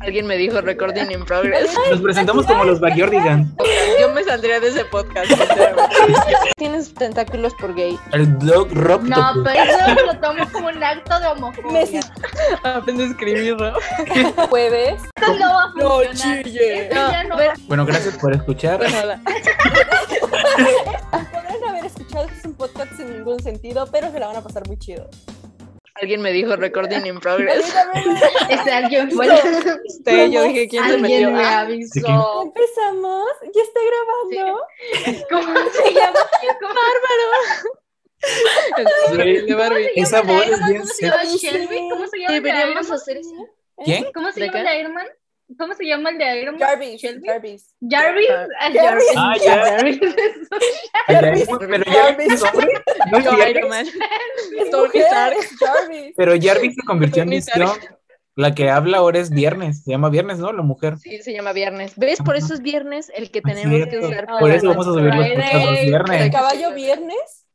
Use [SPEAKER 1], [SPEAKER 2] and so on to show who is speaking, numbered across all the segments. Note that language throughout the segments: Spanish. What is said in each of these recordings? [SPEAKER 1] Alguien me dijo recording in progress.
[SPEAKER 2] Nos presentamos como los Backyardigan.
[SPEAKER 1] Yo me saldría de ese podcast.
[SPEAKER 3] Tienes tentáculos por gay.
[SPEAKER 2] El Dog Rock
[SPEAKER 4] No,
[SPEAKER 2] Toku.
[SPEAKER 4] pero eso lo tomo como un acto de homofobia.
[SPEAKER 3] Me siento-
[SPEAKER 2] Ah,
[SPEAKER 1] Aprende a escribirlo.
[SPEAKER 3] Jueves.
[SPEAKER 4] Esto no va a
[SPEAKER 3] No
[SPEAKER 4] funcionar.
[SPEAKER 3] chille.
[SPEAKER 4] Esto ya no
[SPEAKER 1] No,
[SPEAKER 4] va-
[SPEAKER 2] Bueno, gracias por escuchar.
[SPEAKER 3] Podrán haber escuchado que es un podcast sin ningún sentido, pero se la van a pasar muy chido.
[SPEAKER 1] Alguien me dijo recording in
[SPEAKER 3] A mí
[SPEAKER 1] progress.
[SPEAKER 3] también
[SPEAKER 4] Este, alguien bueno,
[SPEAKER 1] Este, yo dije, ¿quién se metió?
[SPEAKER 4] alguien me
[SPEAKER 1] Ah,
[SPEAKER 2] Sí, ¿quién?
[SPEAKER 4] avisó.
[SPEAKER 3] Empezamos. Ya está grabando.
[SPEAKER 4] ¿Cómo se llama? ¿Cómo
[SPEAKER 1] el de Barbie.
[SPEAKER 2] Esa
[SPEAKER 4] se llama
[SPEAKER 2] voz
[SPEAKER 4] la
[SPEAKER 2] es
[SPEAKER 4] Iron Man?
[SPEAKER 2] bien
[SPEAKER 4] ¿Cómo se llama
[SPEAKER 3] sexy.
[SPEAKER 4] Shelby? ¿Cómo se llama el de Iron
[SPEAKER 5] Deberíamos
[SPEAKER 4] Man?
[SPEAKER 5] hacer eso.
[SPEAKER 2] ¿Quién?
[SPEAKER 5] ¿Cómo se
[SPEAKER 1] ¿De
[SPEAKER 5] llama el
[SPEAKER 1] qué?
[SPEAKER 5] de Iron Man? ¿Cómo se llama el de Iron Man?
[SPEAKER 3] Jarvis.
[SPEAKER 5] ¿Shelby?
[SPEAKER 3] Jarvis.
[SPEAKER 5] Jarvis.
[SPEAKER 1] Jar-
[SPEAKER 5] Ah,
[SPEAKER 3] Jarvis.
[SPEAKER 5] Jarvis.
[SPEAKER 2] Ah, ya.
[SPEAKER 5] Jarvis.
[SPEAKER 2] El de Iron Man, Ah, Pero Jarvis es hombre. No es
[SPEAKER 1] Yo, Iron
[SPEAKER 2] Jarvis.
[SPEAKER 1] Man.
[SPEAKER 3] Es
[SPEAKER 1] Tony
[SPEAKER 3] mujer,
[SPEAKER 1] Stark.
[SPEAKER 3] es Jarvis.
[SPEAKER 2] Pero Jarvis se convirtió en
[SPEAKER 1] Tony
[SPEAKER 2] misión. La que habla ahora es viernes. Se llama viernes, ¿no? La mujer.
[SPEAKER 1] Sí, se llama viernes. ¿Ves? Por eso es viernes el que tenemos que
[SPEAKER 2] Ah, cierto.
[SPEAKER 1] usar.
[SPEAKER 2] Por eso vamos a subir los
[SPEAKER 5] Friday.
[SPEAKER 2] podcasts los
[SPEAKER 3] El
[SPEAKER 2] viernes.
[SPEAKER 3] caballo viernes.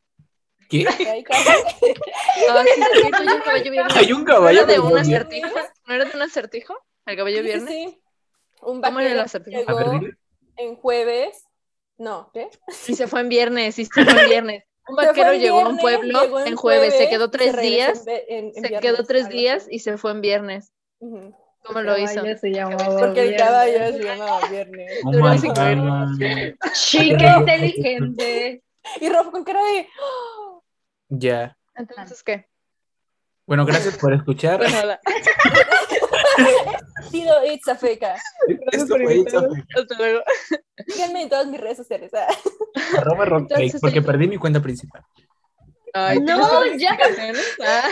[SPEAKER 2] ¿Qué?
[SPEAKER 3] Ay, caballo.
[SPEAKER 1] Ah, sí, es cierto, yo el caballo viernes.
[SPEAKER 2] Hay un
[SPEAKER 1] ¿No
[SPEAKER 2] caballo
[SPEAKER 1] era de
[SPEAKER 2] con
[SPEAKER 1] un
[SPEAKER 2] dos dientes.
[SPEAKER 1] acertijo? ¿No era de un acertijo? ¿El caballo
[SPEAKER 3] Sí,
[SPEAKER 1] viernes?
[SPEAKER 3] sí. Un
[SPEAKER 1] ¿Cómo era el
[SPEAKER 3] vaquero
[SPEAKER 1] acertijo?
[SPEAKER 2] A ver,
[SPEAKER 3] llegó
[SPEAKER 2] dile.
[SPEAKER 3] en jueves. No, ¿qué?
[SPEAKER 1] Y se fue en viernes, y se fue en viernes. Un
[SPEAKER 3] Se fue
[SPEAKER 1] vaquero
[SPEAKER 3] en
[SPEAKER 1] llegó a un
[SPEAKER 3] viernes,
[SPEAKER 1] pueblo
[SPEAKER 3] llegó
[SPEAKER 1] en jueves, se quedó
[SPEAKER 3] y
[SPEAKER 1] tres
[SPEAKER 3] regresó
[SPEAKER 1] días,
[SPEAKER 3] en ve- en- en
[SPEAKER 1] se
[SPEAKER 3] viernes,
[SPEAKER 1] quedó tres
[SPEAKER 3] algo así.
[SPEAKER 1] días y se fue en viernes.
[SPEAKER 3] Ujú.
[SPEAKER 1] ¿Cómo lo hizo?
[SPEAKER 5] Caballo se llamaba
[SPEAKER 3] Porque el
[SPEAKER 5] Viernes.
[SPEAKER 3] caballo se llamaba viernes.
[SPEAKER 2] Oh
[SPEAKER 1] Duró
[SPEAKER 2] my
[SPEAKER 1] cinco
[SPEAKER 2] God.
[SPEAKER 5] Chica inteligente.
[SPEAKER 3] Y Rafa con cara de.
[SPEAKER 2] Ya.
[SPEAKER 1] Entonces, ¿qué?
[SPEAKER 2] Bueno, gracias por escuchar.
[SPEAKER 1] Bueno, hola.
[SPEAKER 3] Tido it's a feca.
[SPEAKER 2] Esto fue It's Africa.
[SPEAKER 1] Hasta luego.
[SPEAKER 3] Síganme en todas mis redes sociales. ah.
[SPEAKER 2] Arroba Rock Cake,
[SPEAKER 1] Entonces,
[SPEAKER 2] porque
[SPEAKER 1] el-
[SPEAKER 2] perdí mi cuenta principal.
[SPEAKER 1] Ay,
[SPEAKER 5] No,
[SPEAKER 1] ¿tienes todas las
[SPEAKER 5] ya.
[SPEAKER 1] canciones? Ah,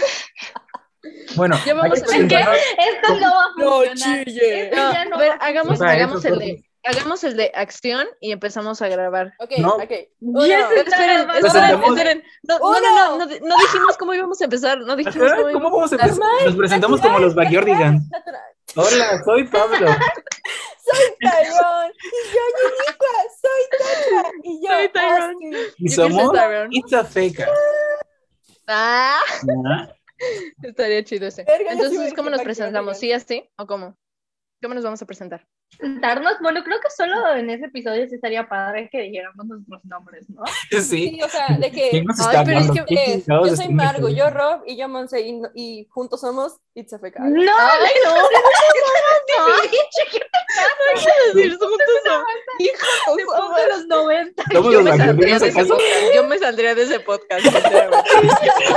[SPEAKER 2] Bueno,
[SPEAKER 1] Ya vamos a
[SPEAKER 2] hay que
[SPEAKER 5] ver qué.
[SPEAKER 2] presentarnos.
[SPEAKER 4] Esto no va a funcionar.
[SPEAKER 3] chille.
[SPEAKER 4] Esto ya
[SPEAKER 1] no,
[SPEAKER 4] no
[SPEAKER 1] a ver,
[SPEAKER 4] va a
[SPEAKER 1] hagamos,
[SPEAKER 2] O sea,
[SPEAKER 1] hagamos el
[SPEAKER 2] eso fue-
[SPEAKER 1] de, hagamos el de acción y empezamos a grabar.
[SPEAKER 3] Ok,
[SPEAKER 2] No.
[SPEAKER 3] ok. Uno.
[SPEAKER 5] Yes,
[SPEAKER 1] Pero esperen,
[SPEAKER 5] grabando.
[SPEAKER 1] esperen,
[SPEAKER 2] Presentemos-
[SPEAKER 1] esperen. No, no, no, no,
[SPEAKER 3] Uno.
[SPEAKER 1] no, no dijimos cómo íbamos a empezar, no dijimos
[SPEAKER 2] Ajá,
[SPEAKER 1] cómo
[SPEAKER 2] ¿Cómo
[SPEAKER 1] íbamos.
[SPEAKER 2] vamos a empezar? Nos presentamos como los Backyardigan.
[SPEAKER 3] Natural.
[SPEAKER 2] Hola, soy Pablo.
[SPEAKER 3] Soy Tyrone. Y yo, Yunicua. Soy Tyrone. Y yo,
[SPEAKER 1] Soy Tyrone.
[SPEAKER 3] Asti.
[SPEAKER 2] Y
[SPEAKER 1] Yo quiero ser
[SPEAKER 2] somos
[SPEAKER 1] Tyrone.
[SPEAKER 2] It's a Feca.
[SPEAKER 1] Ah,
[SPEAKER 2] Ah,
[SPEAKER 1] estaría chido ese.
[SPEAKER 3] Verga, yo sí voy a
[SPEAKER 1] Entonces, ¿cómo
[SPEAKER 3] ir con
[SPEAKER 1] nos
[SPEAKER 3] Backyard
[SPEAKER 1] presentamos?
[SPEAKER 3] Vegan.
[SPEAKER 1] ¿Sí, así o cómo? ¿Cómo nos vamos a presentar?
[SPEAKER 5] Sentarnos, bueno, creo que solo en ese episodio sí estaría padre que dijéramos nuestros nombres, ¿no?
[SPEAKER 2] Sí.
[SPEAKER 3] Sí, o sea, de que.
[SPEAKER 2] ¿Quién nos
[SPEAKER 1] Ay,
[SPEAKER 2] está
[SPEAKER 1] pero es
[SPEAKER 2] hablando?
[SPEAKER 1] que-
[SPEAKER 2] ¿Qué
[SPEAKER 3] es,
[SPEAKER 2] chingados
[SPEAKER 3] yo soy
[SPEAKER 2] están
[SPEAKER 3] Margo,
[SPEAKER 2] haciendo?
[SPEAKER 3] yo Rob y yo Monse y, no- y juntos somos It's a Feca.
[SPEAKER 5] No,
[SPEAKER 1] Ay, no, no, no,
[SPEAKER 5] te pongo los 90.
[SPEAKER 2] Somos
[SPEAKER 1] Yo
[SPEAKER 2] los
[SPEAKER 1] me saldría
[SPEAKER 2] Backyardigans,
[SPEAKER 1] de ese
[SPEAKER 2] ¿acaso?
[SPEAKER 1] podcast. Yo me saldría de ese podcast. sinceramente.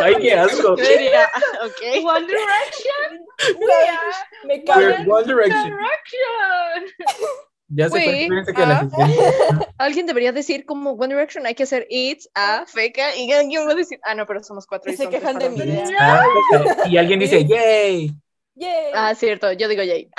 [SPEAKER 2] Ay, qué
[SPEAKER 1] Yo
[SPEAKER 2] asco.
[SPEAKER 1] diría, ah, ok.
[SPEAKER 5] One Direction.
[SPEAKER 2] We're
[SPEAKER 3] Me cago.
[SPEAKER 2] One Direction.
[SPEAKER 5] Direction.
[SPEAKER 2] Ya se fue.
[SPEAKER 1] We
[SPEAKER 2] fíjense que la
[SPEAKER 1] are-
[SPEAKER 2] gente-
[SPEAKER 1] Alguien debería decir como One Direction hay que hacer it's a Ah, feca y alguien va a decir, ah, no, pero somos cuatro y
[SPEAKER 3] Y se
[SPEAKER 1] son tres,
[SPEAKER 3] quejan de
[SPEAKER 1] perdón.
[SPEAKER 3] mí.
[SPEAKER 5] No.
[SPEAKER 2] Ah, Y alguien dice, yay.
[SPEAKER 3] Yay.
[SPEAKER 1] Ah, cierto, yo digo Jay.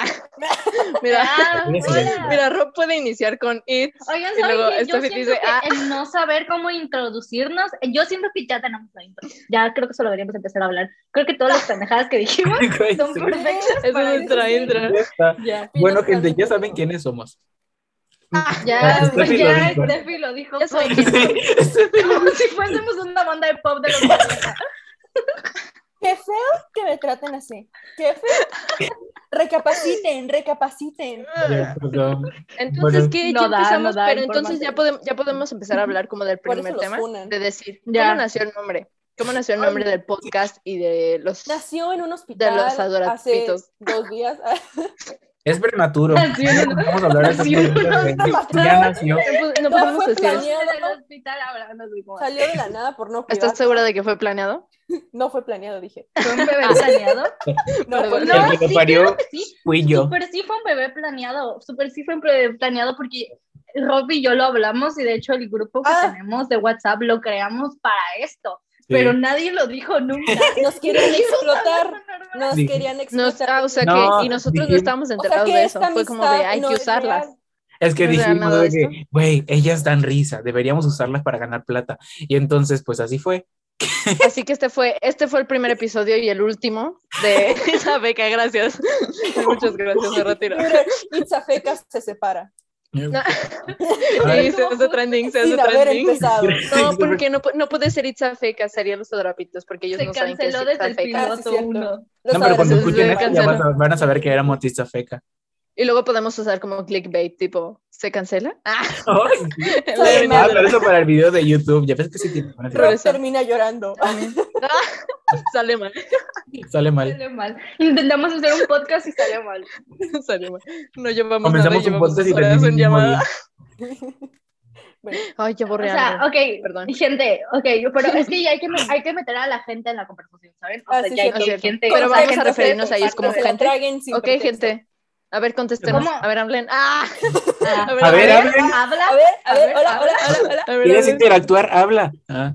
[SPEAKER 1] Mira,
[SPEAKER 5] Ah,
[SPEAKER 2] Tienes que
[SPEAKER 5] hola.
[SPEAKER 1] mira, Rob puede iniciar con it's.
[SPEAKER 5] Oigan,
[SPEAKER 1] Y luego
[SPEAKER 5] ¿saben qué? Yo
[SPEAKER 1] Steffi
[SPEAKER 5] siento
[SPEAKER 1] dice,
[SPEAKER 5] que
[SPEAKER 1] ah.
[SPEAKER 5] el no saber cómo introducirnos, eh, yo siento que ya tenemos la intro. Ya creo que solo deberíamos empezar a hablar. Creo que todas las pendejadas que dijimos
[SPEAKER 2] Güey,
[SPEAKER 5] son
[SPEAKER 2] sí,
[SPEAKER 5] perfectas.
[SPEAKER 1] Es
[SPEAKER 5] para
[SPEAKER 1] nuestra
[SPEAKER 5] introducir.
[SPEAKER 1] intro.
[SPEAKER 2] ya está.
[SPEAKER 5] Ya,
[SPEAKER 2] Bueno, gente, ya saben quiénes somos.
[SPEAKER 5] ya,
[SPEAKER 2] Steffi lo
[SPEAKER 5] ya,
[SPEAKER 2] dijo.
[SPEAKER 5] Steffi lo dijo.
[SPEAKER 1] Ya soy
[SPEAKER 5] todo.
[SPEAKER 1] quien-
[SPEAKER 5] Como si fuésemos una banda de pop de los 90.
[SPEAKER 3] Qué feo que me traten así. Qué feo. recapaciten, recapaciten.
[SPEAKER 2] Perdón.
[SPEAKER 1] Entonces,
[SPEAKER 2] Bueno.
[SPEAKER 1] ¿qué?
[SPEAKER 5] No
[SPEAKER 1] Ya
[SPEAKER 5] da,
[SPEAKER 1] empezamos,
[SPEAKER 5] no da
[SPEAKER 1] pero entonces
[SPEAKER 5] información.
[SPEAKER 1] ya, podemos, ya podemos empezar a hablar como del
[SPEAKER 3] Por
[SPEAKER 1] primer
[SPEAKER 3] eso los
[SPEAKER 1] tema,
[SPEAKER 3] funan.
[SPEAKER 1] de decir,
[SPEAKER 5] Ya.
[SPEAKER 1] ¿cómo nació el nombre? ¿Cómo nació el nombre del podcast y de los...
[SPEAKER 3] Nació en un hospital
[SPEAKER 1] De los
[SPEAKER 3] hace
[SPEAKER 1] adorapitos.
[SPEAKER 3] dos días.
[SPEAKER 2] Es prematuro.
[SPEAKER 5] Así es.
[SPEAKER 2] Vamos a hablar de esas
[SPEAKER 5] Así es.
[SPEAKER 2] cosas. de- Ya nació.
[SPEAKER 1] No, po- pues, no
[SPEAKER 3] No
[SPEAKER 1] podemos
[SPEAKER 3] fue
[SPEAKER 1] decir
[SPEAKER 3] planeado.
[SPEAKER 1] eso.
[SPEAKER 5] Estamos en el hospital hablando así
[SPEAKER 1] Pues.
[SPEAKER 5] como,
[SPEAKER 3] Salió de la nada por no cuidar.
[SPEAKER 1] ¿Estás segura de que fue planeado?
[SPEAKER 3] No fue planeado, dije.
[SPEAKER 5] ¿Fue un bebé planeado?
[SPEAKER 3] No,
[SPEAKER 1] Perdón.
[SPEAKER 3] fue
[SPEAKER 5] No,
[SPEAKER 2] El que lo
[SPEAKER 5] sí,
[SPEAKER 2] parió
[SPEAKER 5] claro que sí.
[SPEAKER 2] Fui yo.
[SPEAKER 5] Super sí fue un bebé planeado. Super sí fue un bebé planeado porque Rob y yo lo hablamos y de hecho el grupo que
[SPEAKER 3] Ah.
[SPEAKER 5] tenemos de WhatsApp lo creamos para esto.
[SPEAKER 2] Sí.
[SPEAKER 5] Pero nadie lo dijo nunca.
[SPEAKER 3] Nos quieren explotar. Nos
[SPEAKER 2] Sí.
[SPEAKER 3] querían
[SPEAKER 1] Nos-
[SPEAKER 3] explotar.
[SPEAKER 1] ah, o sea
[SPEAKER 2] No,
[SPEAKER 1] que, y nosotros no
[SPEAKER 2] dijimos-
[SPEAKER 1] estábamos
[SPEAKER 3] O sea,
[SPEAKER 1] enterados
[SPEAKER 3] que
[SPEAKER 1] de eso.
[SPEAKER 3] esta
[SPEAKER 1] Fue como de
[SPEAKER 3] amistad
[SPEAKER 1] hay
[SPEAKER 3] no
[SPEAKER 1] que
[SPEAKER 3] es
[SPEAKER 1] usarlas.
[SPEAKER 3] real.
[SPEAKER 2] Es que
[SPEAKER 1] No se ha
[SPEAKER 2] dijimos
[SPEAKER 1] ganado
[SPEAKER 2] de que, güey, ellas dan risa, deberíamos usarlas para ganar plata. Y entonces, pues así fue.
[SPEAKER 1] Así que este fue, este fue el primer episodio y el último de esa beca, gracias. Muchas gracias, me retiro.
[SPEAKER 3] Twitter, Itza Fecas se separa.
[SPEAKER 1] Sí, se hace trending, se hace
[SPEAKER 3] Sin haber
[SPEAKER 1] trending.
[SPEAKER 3] empezado.
[SPEAKER 1] No, porque no, pu- no puede ser Itza Feca, serían los adorapitos, porque ellos
[SPEAKER 5] Se
[SPEAKER 1] no saben qué es
[SPEAKER 5] canceló
[SPEAKER 1] Itza
[SPEAKER 5] desde el
[SPEAKER 1] Feca.
[SPEAKER 3] Ah, sí,
[SPEAKER 5] piloto
[SPEAKER 3] cierto.
[SPEAKER 5] uno.
[SPEAKER 3] Los
[SPEAKER 2] no, pero cuando
[SPEAKER 1] abrazos
[SPEAKER 2] escuchen
[SPEAKER 1] de
[SPEAKER 2] esto ya
[SPEAKER 1] cancela.
[SPEAKER 2] vas a- van a saber que éramos artista feca.
[SPEAKER 1] Y luego podemos usar como clickbait, tipo, ¿se cancela? Ah,
[SPEAKER 2] Ay,
[SPEAKER 3] Soy
[SPEAKER 2] ah,
[SPEAKER 3] Mel.
[SPEAKER 2] pero eso para el video de YouTube. Ya ves que sí tiene-
[SPEAKER 1] Pero-
[SPEAKER 3] Rob termina llorando.
[SPEAKER 1] sale mal,
[SPEAKER 2] Sale mal.
[SPEAKER 4] Sale mal.
[SPEAKER 5] Intentamos hacer un podcast y salió mal.
[SPEAKER 1] sale mal. No llevamos nada,
[SPEAKER 2] Comenzamos un
[SPEAKER 1] llevamos
[SPEAKER 2] podcast y
[SPEAKER 1] horas en
[SPEAKER 2] terminamos en
[SPEAKER 1] llamada.
[SPEAKER 2] llamada.
[SPEAKER 3] Bueno,
[SPEAKER 1] Ay, ya
[SPEAKER 5] O
[SPEAKER 1] borré
[SPEAKER 5] sea,
[SPEAKER 1] algo.
[SPEAKER 5] ok,
[SPEAKER 1] Perdón.
[SPEAKER 5] gente, ok, pero es que ya hay que, me- hay que meter a la gente en la conversación, ¿saben? O
[SPEAKER 3] Ah,
[SPEAKER 5] sea,
[SPEAKER 3] sí,
[SPEAKER 5] ya hay
[SPEAKER 3] sí,
[SPEAKER 5] que-
[SPEAKER 1] cierto.
[SPEAKER 5] gente,
[SPEAKER 1] Pero
[SPEAKER 5] o sea,
[SPEAKER 1] vamos a
[SPEAKER 5] gente-
[SPEAKER 1] referirnos ahí, es como
[SPEAKER 3] se la
[SPEAKER 1] gente.
[SPEAKER 3] traguen sin
[SPEAKER 1] Ok,
[SPEAKER 3] pretexto.
[SPEAKER 1] gente. A ver, contestemos.
[SPEAKER 5] ¿Cómo?
[SPEAKER 1] A ver, hablen. ¡Ah! A ver,
[SPEAKER 2] A
[SPEAKER 1] hablen.
[SPEAKER 2] ver, hablen.
[SPEAKER 5] habla
[SPEAKER 3] A ver, a
[SPEAKER 5] A
[SPEAKER 3] ver,
[SPEAKER 5] ver,
[SPEAKER 3] hola,
[SPEAKER 5] a
[SPEAKER 3] hola, hola, hola.
[SPEAKER 1] A ver,
[SPEAKER 2] ¿Quieres
[SPEAKER 1] hablen.
[SPEAKER 2] interactuar? Habla. Ah,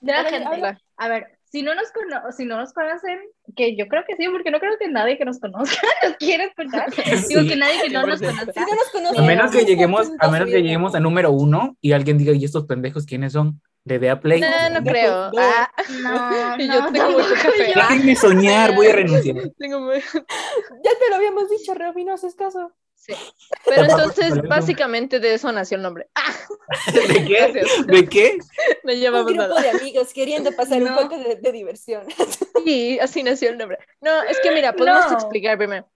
[SPEAKER 5] de la
[SPEAKER 3] Habla,
[SPEAKER 5] gente.
[SPEAKER 3] habla.
[SPEAKER 5] A ver, si no, nos cono- si no nos conocen, que yo creo que sí, porque no creo que nadie que nos conozca nos quiera escuchar. Digo
[SPEAKER 2] sí.
[SPEAKER 5] que nadie que no nos
[SPEAKER 1] 100%.
[SPEAKER 5] conozca.
[SPEAKER 3] Si no nos conocen,
[SPEAKER 2] A menos que
[SPEAKER 3] nunca
[SPEAKER 2] lleguemos, a
[SPEAKER 3] juntas
[SPEAKER 2] menos que
[SPEAKER 3] subieron.
[SPEAKER 2] lleguemos a número uno y alguien diga, ¿y estos pendejos quiénes son? Le dé a play.
[SPEAKER 1] No, no creo. Ah,
[SPEAKER 5] No,
[SPEAKER 1] Y yo
[SPEAKER 5] no,
[SPEAKER 1] tengo mucho
[SPEAKER 5] tampoco
[SPEAKER 1] café.
[SPEAKER 5] yo.
[SPEAKER 2] Déjenme soñar, voy a renunciar.
[SPEAKER 1] tengo
[SPEAKER 3] Ya te lo habíamos dicho, Robin, no haces caso.
[SPEAKER 1] Sí. Pero
[SPEAKER 2] Tampoco
[SPEAKER 1] entonces,
[SPEAKER 2] sabemos.
[SPEAKER 1] básicamente de eso nació el nombre. ¡Ah!
[SPEAKER 2] ¿De qué?
[SPEAKER 1] Gracias.
[SPEAKER 2] ¿De qué?
[SPEAKER 1] No
[SPEAKER 3] Un
[SPEAKER 1] llevamos
[SPEAKER 3] grupo
[SPEAKER 1] nada.
[SPEAKER 3] de amigos queriendo pasar un
[SPEAKER 5] No.
[SPEAKER 3] poco de, de diversión.
[SPEAKER 1] Sí, así nació el nombre. No, es que mira, podemos
[SPEAKER 5] No.
[SPEAKER 1] explicar primero.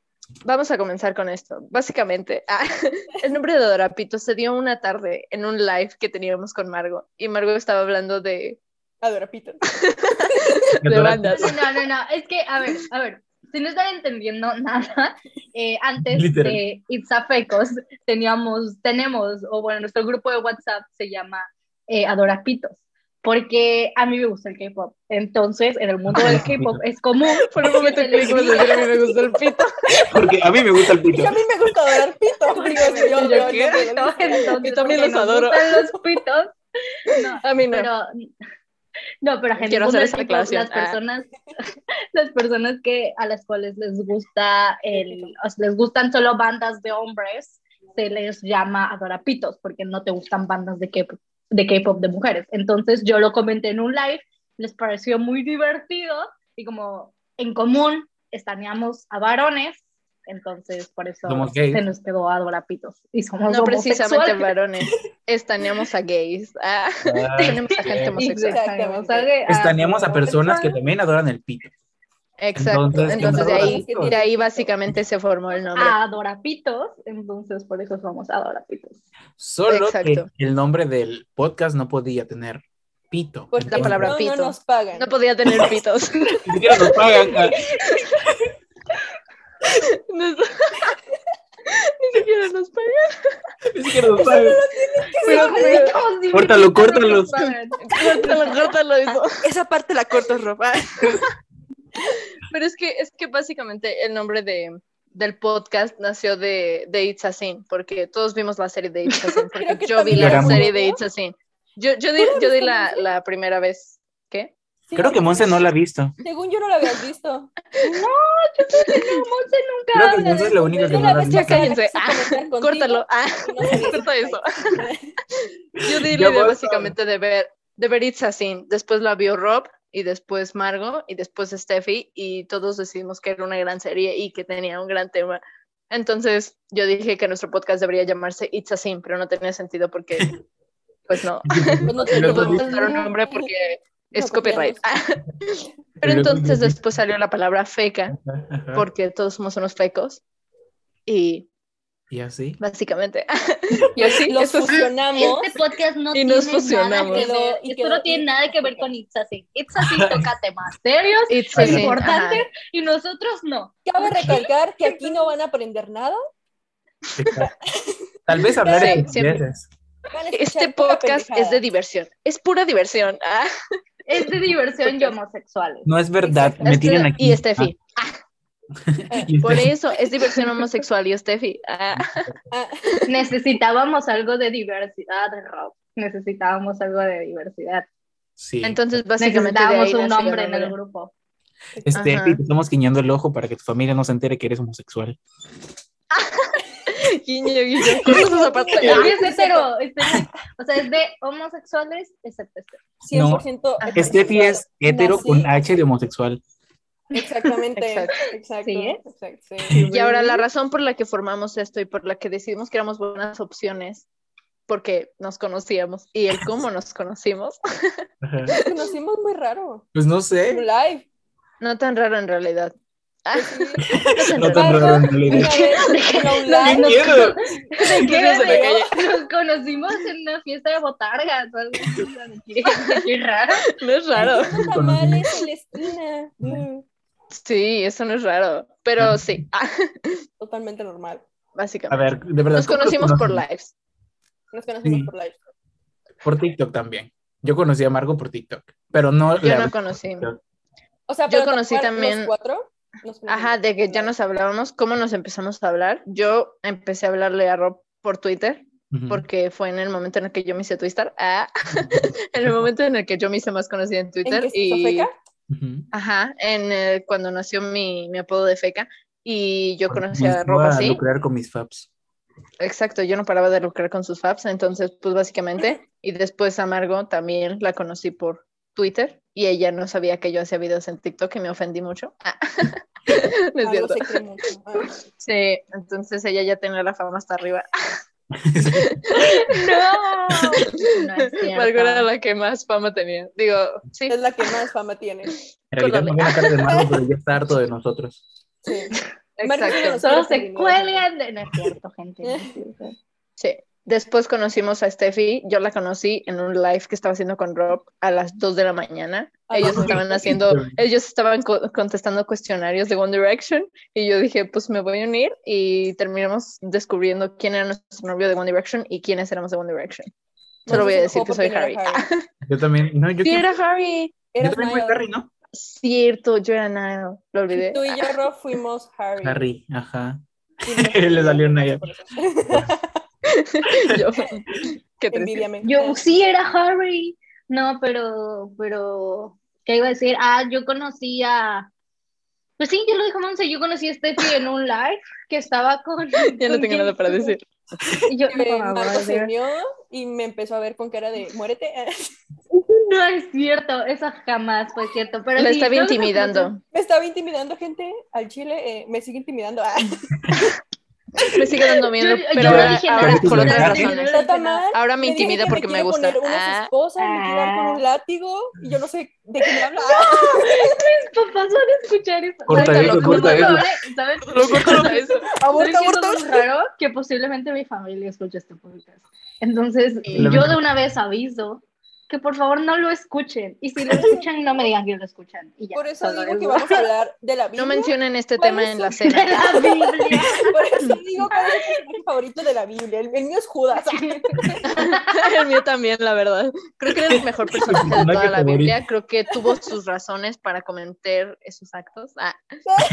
[SPEAKER 1] Vamos a comenzar con esto. Básicamente, ah, el nombre de Dorapito se dio una tarde en un live que teníamos con Margo. Y Margo estaba hablando de,
[SPEAKER 3] Adoro, Pito.
[SPEAKER 1] de bandas.
[SPEAKER 5] No, no, no, es que, a ver, a ver, si no están entendiendo nada, eh, antes
[SPEAKER 2] Literal.
[SPEAKER 5] de Itzafecos teníamos, tenemos, o bueno, nuestro grupo de WhatsApp se llama eh, Adorapitos, porque a mí me gusta el K-pop, entonces en el mundo del K-pop es común.
[SPEAKER 1] Por un momento
[SPEAKER 5] que
[SPEAKER 1] creí que ibas a decir a mí me gusta el pito.
[SPEAKER 2] Porque a mí me gusta el
[SPEAKER 3] Y
[SPEAKER 2] pito.
[SPEAKER 3] a mí me gusta adorar Pito. Digo, yo, yo, yo,
[SPEAKER 1] qué?
[SPEAKER 3] yo, yo.
[SPEAKER 5] entonces,
[SPEAKER 1] Yo también
[SPEAKER 5] porque
[SPEAKER 1] los
[SPEAKER 5] nos
[SPEAKER 1] adoro.
[SPEAKER 5] gustan los pitos. No,
[SPEAKER 1] A mí no.
[SPEAKER 5] pero no pero gente
[SPEAKER 1] Quiero hacer esa aclaración.
[SPEAKER 5] las
[SPEAKER 1] Ah.
[SPEAKER 5] personas las personas que a las cuales les gusta el o sea, les gustan solo bandas de hombres se les llama adorapitos porque no te gustan bandas de K-pop de K-pop de mujeres entonces yo lo comenté en un live les pareció muy divertido y como en común estaneamos a varones entonces por eso
[SPEAKER 2] Somos gays.
[SPEAKER 5] se nos quedó adorapitos y somos
[SPEAKER 1] No precisamente
[SPEAKER 5] homosexuales.
[SPEAKER 1] varones. Estaneamos a gays. Ah, tenemos a gente homosexual.
[SPEAKER 5] Exactamente. Exactamente.
[SPEAKER 2] Estaneamos a personas que también adoran el pito.
[SPEAKER 1] Ah, Exacto.
[SPEAKER 2] Entonces,
[SPEAKER 1] Entonces, de, ahí, de ahí básicamente se formó el nombre.
[SPEAKER 5] a adorapitos, entonces por eso somos adorapitos.
[SPEAKER 2] Solo
[SPEAKER 1] Exacto.
[SPEAKER 2] que el nombre del podcast no podía tener pito.
[SPEAKER 3] Porque
[SPEAKER 1] La palabra
[SPEAKER 3] no,
[SPEAKER 1] pito.
[SPEAKER 3] no nos pagan.
[SPEAKER 1] No pues, podía tener pitos.
[SPEAKER 2] Ni siquiera nos pagan. ah,
[SPEAKER 1] Ni siquiera nos pagan.
[SPEAKER 2] Ni siquiera nos pagan.
[SPEAKER 5] Pero Este
[SPEAKER 1] pero-
[SPEAKER 5] como si
[SPEAKER 2] Córtalo,
[SPEAKER 5] me quitaran
[SPEAKER 2] córtalo.
[SPEAKER 5] los padres.
[SPEAKER 1] Córtalo, córtalo eso.
[SPEAKER 3] Esa parte la corto, ropa.
[SPEAKER 1] Pero es que, es que básicamente el nombre de, del podcast nació de, de It's a Sin, porque todos vimos la serie de It's a Sin, porque
[SPEAKER 3] Creo que
[SPEAKER 1] yo vi
[SPEAKER 3] también
[SPEAKER 1] la
[SPEAKER 2] lloramos.
[SPEAKER 1] serie de It's a Sin. Yo, yo di,
[SPEAKER 3] ¿Tú la
[SPEAKER 1] yo di
[SPEAKER 3] viste,
[SPEAKER 1] la,
[SPEAKER 3] Monse?
[SPEAKER 1] la primera vez. ¿Qué?
[SPEAKER 2] Creo que Monse no la ha visto.
[SPEAKER 3] Según yo no la habías visto.
[SPEAKER 5] Monse nunca
[SPEAKER 2] Creo que Monse es la única que
[SPEAKER 3] Yo
[SPEAKER 2] no la ha
[SPEAKER 3] la vi,
[SPEAKER 2] visto.
[SPEAKER 1] Ya cállense. Ah,
[SPEAKER 3] conectar
[SPEAKER 1] Córtalo. Ah,
[SPEAKER 3] contigo y no sé.
[SPEAKER 1] corta eso. Yo di
[SPEAKER 2] Ya
[SPEAKER 1] la idea
[SPEAKER 2] basta.
[SPEAKER 1] básicamente de ver, de ver It's a Sin. Después la vio Rob y después Margo y después Steffi y todos decidimos que era una gran serie y que tenía un gran tema. Entonces yo dije que nuestro podcast debería llamarse It's a Sin, pero no tenía sentido porque, pues no,
[SPEAKER 3] Pues no te-
[SPEAKER 2] El
[SPEAKER 1] no
[SPEAKER 2] otro
[SPEAKER 1] podemos
[SPEAKER 2] día-
[SPEAKER 1] dar un nombre porque es
[SPEAKER 3] No, porque
[SPEAKER 1] copyright.
[SPEAKER 2] El
[SPEAKER 1] Pero
[SPEAKER 2] otro
[SPEAKER 1] entonces
[SPEAKER 2] día-
[SPEAKER 1] después salió la palabra feca
[SPEAKER 2] Ajá.
[SPEAKER 1] porque todos somos unos fecos y
[SPEAKER 2] Y así.
[SPEAKER 1] básicamente, y así,
[SPEAKER 3] Los
[SPEAKER 1] eso es-
[SPEAKER 3] fusionamos.
[SPEAKER 5] Este podcast no
[SPEAKER 1] Y
[SPEAKER 5] tiene
[SPEAKER 1] nos
[SPEAKER 5] nada
[SPEAKER 1] fusionamos.
[SPEAKER 5] que ver.
[SPEAKER 3] Y
[SPEAKER 5] Esto
[SPEAKER 3] quedó-
[SPEAKER 5] no tiene nada que ver con It's así. It's así toca temas serios
[SPEAKER 1] It's
[SPEAKER 2] Ajá.
[SPEAKER 1] a Sin,
[SPEAKER 5] Importante.
[SPEAKER 1] ajá.
[SPEAKER 5] y nosotros no.
[SPEAKER 3] Cabe recalcar que aquí no van a aprender nada.
[SPEAKER 2] Tal vez hablar
[SPEAKER 1] Sí,
[SPEAKER 2] en
[SPEAKER 1] siempre.
[SPEAKER 2] veces.
[SPEAKER 3] van a escuchar
[SPEAKER 1] Este
[SPEAKER 3] pura
[SPEAKER 1] podcast es de
[SPEAKER 3] pendejada.
[SPEAKER 1] diversión, es pura diversión. Ah,
[SPEAKER 5] Es de diversión y homosexuales.
[SPEAKER 2] No es verdad.
[SPEAKER 3] Exacto.
[SPEAKER 2] Me
[SPEAKER 1] es que-
[SPEAKER 2] tienen aquí.
[SPEAKER 1] Y Steffi.
[SPEAKER 2] Ah, y
[SPEAKER 1] Por
[SPEAKER 2] Steffi.
[SPEAKER 1] eso es diversión homosexual y Steffi. Ah,
[SPEAKER 3] Ah,
[SPEAKER 5] Necesitábamos algo de diversidad, Rob. Necesitábamos algo de diversidad.
[SPEAKER 2] Sí.
[SPEAKER 1] entonces, básicamente. de
[SPEAKER 5] Necesitábamos
[SPEAKER 1] ahí
[SPEAKER 5] un
[SPEAKER 1] nació el
[SPEAKER 5] nombre en el
[SPEAKER 1] nombre.
[SPEAKER 5] grupo.
[SPEAKER 2] Steffi,
[SPEAKER 1] Ajá.
[SPEAKER 2] te estamos guiñando el ojo para que tu familia no se entere que eres homosexual.
[SPEAKER 1] Guiño, guiño. Con esos zapatos.
[SPEAKER 5] Es
[SPEAKER 1] Ah,
[SPEAKER 5] que es hetero, es de- este, o sea, es de homosexuales, excepto este.
[SPEAKER 3] 100%
[SPEAKER 1] Ajá.
[SPEAKER 2] Steffi Este es hetero
[SPEAKER 3] Nací-
[SPEAKER 2] con H de homosexual.
[SPEAKER 3] Exactamente.
[SPEAKER 1] Exacto.
[SPEAKER 3] Exacto.
[SPEAKER 5] Sí, ¿eh?
[SPEAKER 3] exacto, sí.
[SPEAKER 1] Y ahora, la razón por la que formamos esto y por la que decidimos que éramos buenas opciones, porque nos conocíamos y el cómo nos conocimos,
[SPEAKER 2] Ajá.
[SPEAKER 3] Nos conocimos muy raro.
[SPEAKER 2] Pues no
[SPEAKER 3] Un
[SPEAKER 2] sé.
[SPEAKER 3] live.
[SPEAKER 1] no tan raro en realidad. Ah,
[SPEAKER 2] No tan
[SPEAKER 3] Ajá.
[SPEAKER 2] raro, no le
[SPEAKER 3] Una
[SPEAKER 2] diré.
[SPEAKER 3] vez en
[SPEAKER 2] ¡Qué
[SPEAKER 3] Outland,
[SPEAKER 2] miedo!
[SPEAKER 5] ¿De qué
[SPEAKER 1] Niños de la
[SPEAKER 5] bebé?
[SPEAKER 1] calle.
[SPEAKER 5] Nos conocimos en una fiesta de botargas. o algo así, ¿no? Qué qué raro.
[SPEAKER 1] no es raro.
[SPEAKER 3] haciendo tamales en la esquina. Mm,
[SPEAKER 1] Sí, eso no es raro. Pero sí, ah,
[SPEAKER 3] totalmente normal.
[SPEAKER 2] A
[SPEAKER 1] básicamente.
[SPEAKER 2] ver, de verdad.
[SPEAKER 1] Nos
[SPEAKER 2] ¿cómo
[SPEAKER 1] conocimos por
[SPEAKER 2] conocen?
[SPEAKER 1] lives.
[SPEAKER 3] Nos conocimos
[SPEAKER 2] Sí.
[SPEAKER 3] por live.
[SPEAKER 2] Por TikTok también. Yo conocí a Margo por TikTok, pero no.
[SPEAKER 1] Yo
[SPEAKER 2] la-
[SPEAKER 1] no conocí.
[SPEAKER 3] O sea,
[SPEAKER 1] Yo
[SPEAKER 3] pero
[SPEAKER 1] conocí
[SPEAKER 3] ¿los
[SPEAKER 1] también-
[SPEAKER 3] cuatro? Nos conocimos
[SPEAKER 1] Ajá, de que
[SPEAKER 3] por
[SPEAKER 1] ya
[SPEAKER 3] live.
[SPEAKER 1] nos hablábamos, ¿cómo nos empezamos a hablar? Yo empecé a hablarle a Rob por Twitter,
[SPEAKER 2] Ujú.
[SPEAKER 1] porque fue en el momento en el que yo me hice Twitter. Ah, en el momento en el que yo me hice más conocida en
[SPEAKER 3] ¿En
[SPEAKER 1] Twitter.
[SPEAKER 3] qué
[SPEAKER 1] y...
[SPEAKER 3] feca?
[SPEAKER 2] Ujú.
[SPEAKER 1] Ajá, en eh, cuando nació mi, mi apodo de feca y yo conocí
[SPEAKER 2] Me
[SPEAKER 1] a Rob
[SPEAKER 2] iba
[SPEAKER 1] así.
[SPEAKER 2] lucrar con mis faps.
[SPEAKER 1] Exacto, yo no paraba de lucrar con sus faps, entonces pues básicamente y después a Margot también la conocí por Twitter y ella no sabía que yo hacía videos en TikTok y me ofendí mucho. Ah, no es
[SPEAKER 3] Ah,
[SPEAKER 1] cierto.
[SPEAKER 3] los sé que mucho. Ah,
[SPEAKER 1] Sí, entonces ella ya tenía la fama hasta arriba.
[SPEAKER 5] No. No es cierto.
[SPEAKER 1] Margot era la que más fama tenía. Digo, sí,
[SPEAKER 3] es la que más fama tiene.
[SPEAKER 2] En realidad
[SPEAKER 1] Colole.
[SPEAKER 2] no voy a cara de Margo, pero ya está harto de nosotros.
[SPEAKER 3] Sí.
[SPEAKER 1] exacto.
[SPEAKER 5] Solo se cuelgan de. No es cierto, gente. no es cierto.
[SPEAKER 1] Sí. Después conocimos a Steffi, yo la conocí en un live que estaba haciendo con Rob a las 2 de la mañana.
[SPEAKER 3] Ah,
[SPEAKER 1] Ellos
[SPEAKER 3] sí.
[SPEAKER 1] estaban haciendo, ellos estaban co- contestando cuestionarios de One Direction y yo dije, pues me voy a unir y terminamos descubriendo quién era nuestro novio de One Direction y quiénes éramos de One Direction. Solo voy a decir que soy Harry.
[SPEAKER 2] Yo también. No, yo,
[SPEAKER 1] Sí,
[SPEAKER 2] quiero-
[SPEAKER 1] era Harry.
[SPEAKER 2] yo
[SPEAKER 3] Eres
[SPEAKER 2] también fui Harry, ¿no?
[SPEAKER 1] Cierto, yo era Niall, lo olvidé.
[SPEAKER 3] Tú y yo, Rob, fuimos Harry.
[SPEAKER 2] Harry, ajá.
[SPEAKER 3] Fuimos-
[SPEAKER 2] Le salió Naya.
[SPEAKER 3] Por eso.
[SPEAKER 1] Yo- qué triste.
[SPEAKER 3] Envidia me
[SPEAKER 5] Yo sí era Harry. No, pero, pero, ¿qué iba a decir? Ah, yo conocía. Pues sí, yo lo dije Monse, yo conocí a Steffi en un live que estaba con.
[SPEAKER 1] Ya no tengo nada para decir.
[SPEAKER 5] Yo,
[SPEAKER 3] Que
[SPEAKER 5] no,
[SPEAKER 3] Eh, Marco se
[SPEAKER 5] Dios.
[SPEAKER 3] unió y me empezó a ver con cara de muérete.
[SPEAKER 5] No es cierto, eso jamás fue cierto. Pero
[SPEAKER 1] La
[SPEAKER 5] sí,
[SPEAKER 1] estaba
[SPEAKER 5] yo los
[SPEAKER 1] intimidando.
[SPEAKER 5] conocí-
[SPEAKER 3] Me estaba intimidando gente al chile, eh, me sigue intimidando. Ah,
[SPEAKER 1] Me sigue dando miedo,
[SPEAKER 5] Yo- yo
[SPEAKER 1] pero
[SPEAKER 2] no
[SPEAKER 1] ahora,
[SPEAKER 5] dije
[SPEAKER 1] ahora
[SPEAKER 5] nada,
[SPEAKER 1] por otras
[SPEAKER 2] nada,
[SPEAKER 1] razones.
[SPEAKER 5] nada.
[SPEAKER 3] está mal.
[SPEAKER 1] Ahora me
[SPEAKER 3] dije que
[SPEAKER 1] intimida porque me
[SPEAKER 3] quiere
[SPEAKER 1] gusta.
[SPEAKER 3] poner una a su
[SPEAKER 1] Ah,
[SPEAKER 3] esposa, me quiere dar con un látigo y yo no sé de qué me habla.
[SPEAKER 5] Mis papás van a escuchar eso.
[SPEAKER 2] Corta
[SPEAKER 5] Ay,
[SPEAKER 1] eso,
[SPEAKER 5] no,
[SPEAKER 1] corta
[SPEAKER 5] ¿sabes?
[SPEAKER 2] eso.
[SPEAKER 5] ¿Sabes?
[SPEAKER 1] eso.
[SPEAKER 5] ¿Sabes
[SPEAKER 3] Aborto,
[SPEAKER 5] qué es lo
[SPEAKER 3] aborto.
[SPEAKER 5] más raro? Que posiblemente mi familia escuche este podcast. Entonces,
[SPEAKER 1] Y-
[SPEAKER 5] yo de una vez aviso que por favor no lo escuchen. Y si lo escuchan, no me digan que lo escuchan. Y ya,
[SPEAKER 3] Por eso
[SPEAKER 5] solo
[SPEAKER 3] digo que
[SPEAKER 5] eso.
[SPEAKER 3] vamos a hablar de la Biblia.
[SPEAKER 1] No mencionen este
[SPEAKER 3] ¿Cuál
[SPEAKER 1] tema
[SPEAKER 3] es
[SPEAKER 1] en
[SPEAKER 3] su-
[SPEAKER 1] la
[SPEAKER 5] De
[SPEAKER 1] cena.
[SPEAKER 5] la Biblia.
[SPEAKER 3] Por eso digo cuál es el personaje favorito de la Biblia. El, el mío es Judas.
[SPEAKER 1] El mío también, la verdad. Creo que era el mejor personaje de toda la Biblia. Creo que tuvo sus razones para cometer esos actos. Ah,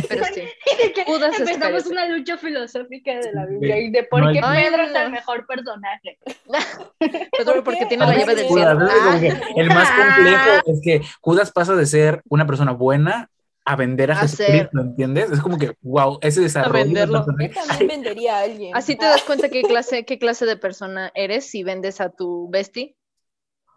[SPEAKER 1] pero sí.
[SPEAKER 5] Y de que
[SPEAKER 1] Judas
[SPEAKER 5] empezamos
[SPEAKER 1] Iscariote.
[SPEAKER 5] una lucha filosófica de la
[SPEAKER 2] Sí,
[SPEAKER 5] Biblia
[SPEAKER 2] de-
[SPEAKER 5] y de por
[SPEAKER 2] no,
[SPEAKER 5] qué
[SPEAKER 2] el-
[SPEAKER 1] Ay,
[SPEAKER 5] Pedro
[SPEAKER 1] no.
[SPEAKER 5] es el mejor personaje.
[SPEAKER 1] Pedro,
[SPEAKER 3] ¿Por
[SPEAKER 1] porque
[SPEAKER 3] qué?
[SPEAKER 1] tiene la
[SPEAKER 3] Ahora
[SPEAKER 1] llave del
[SPEAKER 3] sí.
[SPEAKER 1] cielo. Ah.
[SPEAKER 2] Judas, ¿sabes? Como que el más complejo es que Judas pasa de ser una persona buena a vender a,
[SPEAKER 1] A ser-
[SPEAKER 2] Jesucristo, ¿entiendes? Es como que, wow, ese desarrollo. de
[SPEAKER 1] venderlo.
[SPEAKER 2] personaje.
[SPEAKER 3] Yo también vendería a alguien. ah,
[SPEAKER 1] Así te das cuenta qué clase, qué clase de persona eres si vendes a tu bestie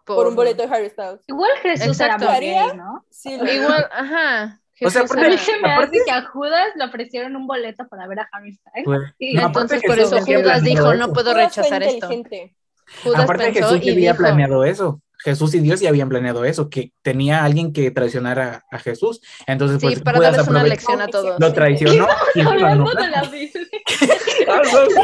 [SPEAKER 3] por un boleto de Harry Styles.
[SPEAKER 5] Igual Jesús
[SPEAKER 1] Exacto.
[SPEAKER 5] era muy
[SPEAKER 3] ¿Haría?
[SPEAKER 5] gay, ¿no?
[SPEAKER 3] Sí, lo-
[SPEAKER 1] Igual, ajá.
[SPEAKER 2] O sea,
[SPEAKER 1] Jesús
[SPEAKER 2] porque-
[SPEAKER 5] A mí
[SPEAKER 1] era-
[SPEAKER 5] se me
[SPEAKER 2] Aparte-
[SPEAKER 5] hace que a Judas le ofrecieron un boleto para ver a Harry Styles.
[SPEAKER 2] Pues,
[SPEAKER 5] Y
[SPEAKER 2] no, aparte
[SPEAKER 1] Entonces,
[SPEAKER 2] Jesús
[SPEAKER 1] por eso
[SPEAKER 2] tenía
[SPEAKER 1] Judas dijo,
[SPEAKER 2] planeado
[SPEAKER 1] no
[SPEAKER 2] eso.
[SPEAKER 1] puedo
[SPEAKER 3] Judas fue
[SPEAKER 1] rechazar esto.
[SPEAKER 3] inteligente.
[SPEAKER 1] Judas
[SPEAKER 2] Aparte
[SPEAKER 1] pensó
[SPEAKER 2] Jesús
[SPEAKER 1] y
[SPEAKER 2] ya había
[SPEAKER 1] dijo,
[SPEAKER 2] planeado eso. Jesús y Dios ya habían planeado eso, que tenía alguien que traicionara a Jesús. Entonces,
[SPEAKER 1] sí,
[SPEAKER 2] pues,
[SPEAKER 1] para
[SPEAKER 2] Judas
[SPEAKER 1] darles una
[SPEAKER 2] aprovechó,
[SPEAKER 1] lección a todos.
[SPEAKER 2] Lo traicionó y lo
[SPEAKER 5] Hablando
[SPEAKER 2] anuló.
[SPEAKER 5] de la Biblia.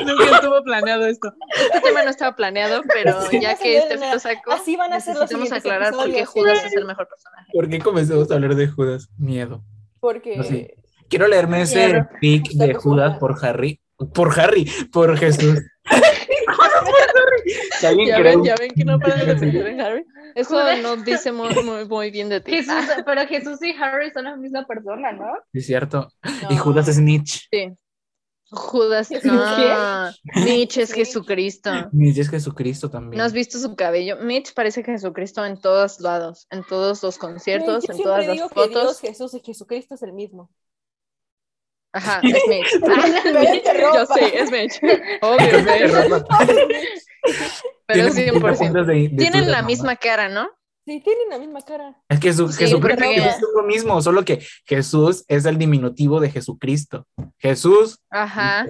[SPEAKER 1] Nunca estuvo planeado esto. Este tema no estaba planeado, pero
[SPEAKER 3] Sí,
[SPEAKER 1] ya
[SPEAKER 3] no
[SPEAKER 1] que
[SPEAKER 3] salió de
[SPEAKER 1] este
[SPEAKER 3] nada.
[SPEAKER 1] lo sacó,
[SPEAKER 3] Así van a ser los
[SPEAKER 1] necesitamos
[SPEAKER 3] siguientes
[SPEAKER 1] aclarar por qué
[SPEAKER 3] episodios.
[SPEAKER 1] Judas es el mejor personaje.
[SPEAKER 2] ¿Por qué comenzamos a hablar de Judas? Miedo.
[SPEAKER 3] Porque
[SPEAKER 2] No sé. Quiero leerme ese
[SPEAKER 5] Miedo.
[SPEAKER 2] pic de Judas por Harry. Por Harry, por Jesús. Que alguien
[SPEAKER 1] Ya
[SPEAKER 2] cree
[SPEAKER 1] ven,
[SPEAKER 2] un-
[SPEAKER 1] ya ven que no para de pensar en Harry. Eso no dice muy, muy, muy bien de ti.
[SPEAKER 5] Jesús, pero Jesús y Harry son la misma persona, ¿no?
[SPEAKER 2] Es cierto. Y
[SPEAKER 1] No.
[SPEAKER 2] Judas es Nietzsche.
[SPEAKER 1] Judas, no. Mitch es Jesucristo.
[SPEAKER 2] Nietzsche es Jesucristo también.
[SPEAKER 1] ¿No has visto su cabello? Mitch parece Jesucristo en todos lados, en todos los conciertos,
[SPEAKER 3] Yo
[SPEAKER 1] en todas
[SPEAKER 3] siempre
[SPEAKER 1] las
[SPEAKER 3] digo que Dios,
[SPEAKER 1] fotos.
[SPEAKER 3] Jesús y Jesucristo es el mismo.
[SPEAKER 1] Ajá, es Mitch.
[SPEAKER 3] Diferente
[SPEAKER 1] Yo
[SPEAKER 3] ropa.
[SPEAKER 1] sé, es Mitch. Obvio, es Mitch, pero
[SPEAKER 2] Tiene
[SPEAKER 1] es
[SPEAKER 2] distintas
[SPEAKER 1] 100%.
[SPEAKER 2] puntas de- de Judas,
[SPEAKER 1] Tienen la
[SPEAKER 2] ¿no?
[SPEAKER 1] misma cara, ¿no?
[SPEAKER 3] Sí, tienen la misma cara.
[SPEAKER 2] Es que su-
[SPEAKER 1] Sí,
[SPEAKER 2] Jesucristo
[SPEAKER 1] porque-
[SPEAKER 2] Jesús es lo mismo, solo que Jesús es el diminutivo de Jesucristo. Jesús.
[SPEAKER 1] Ajá.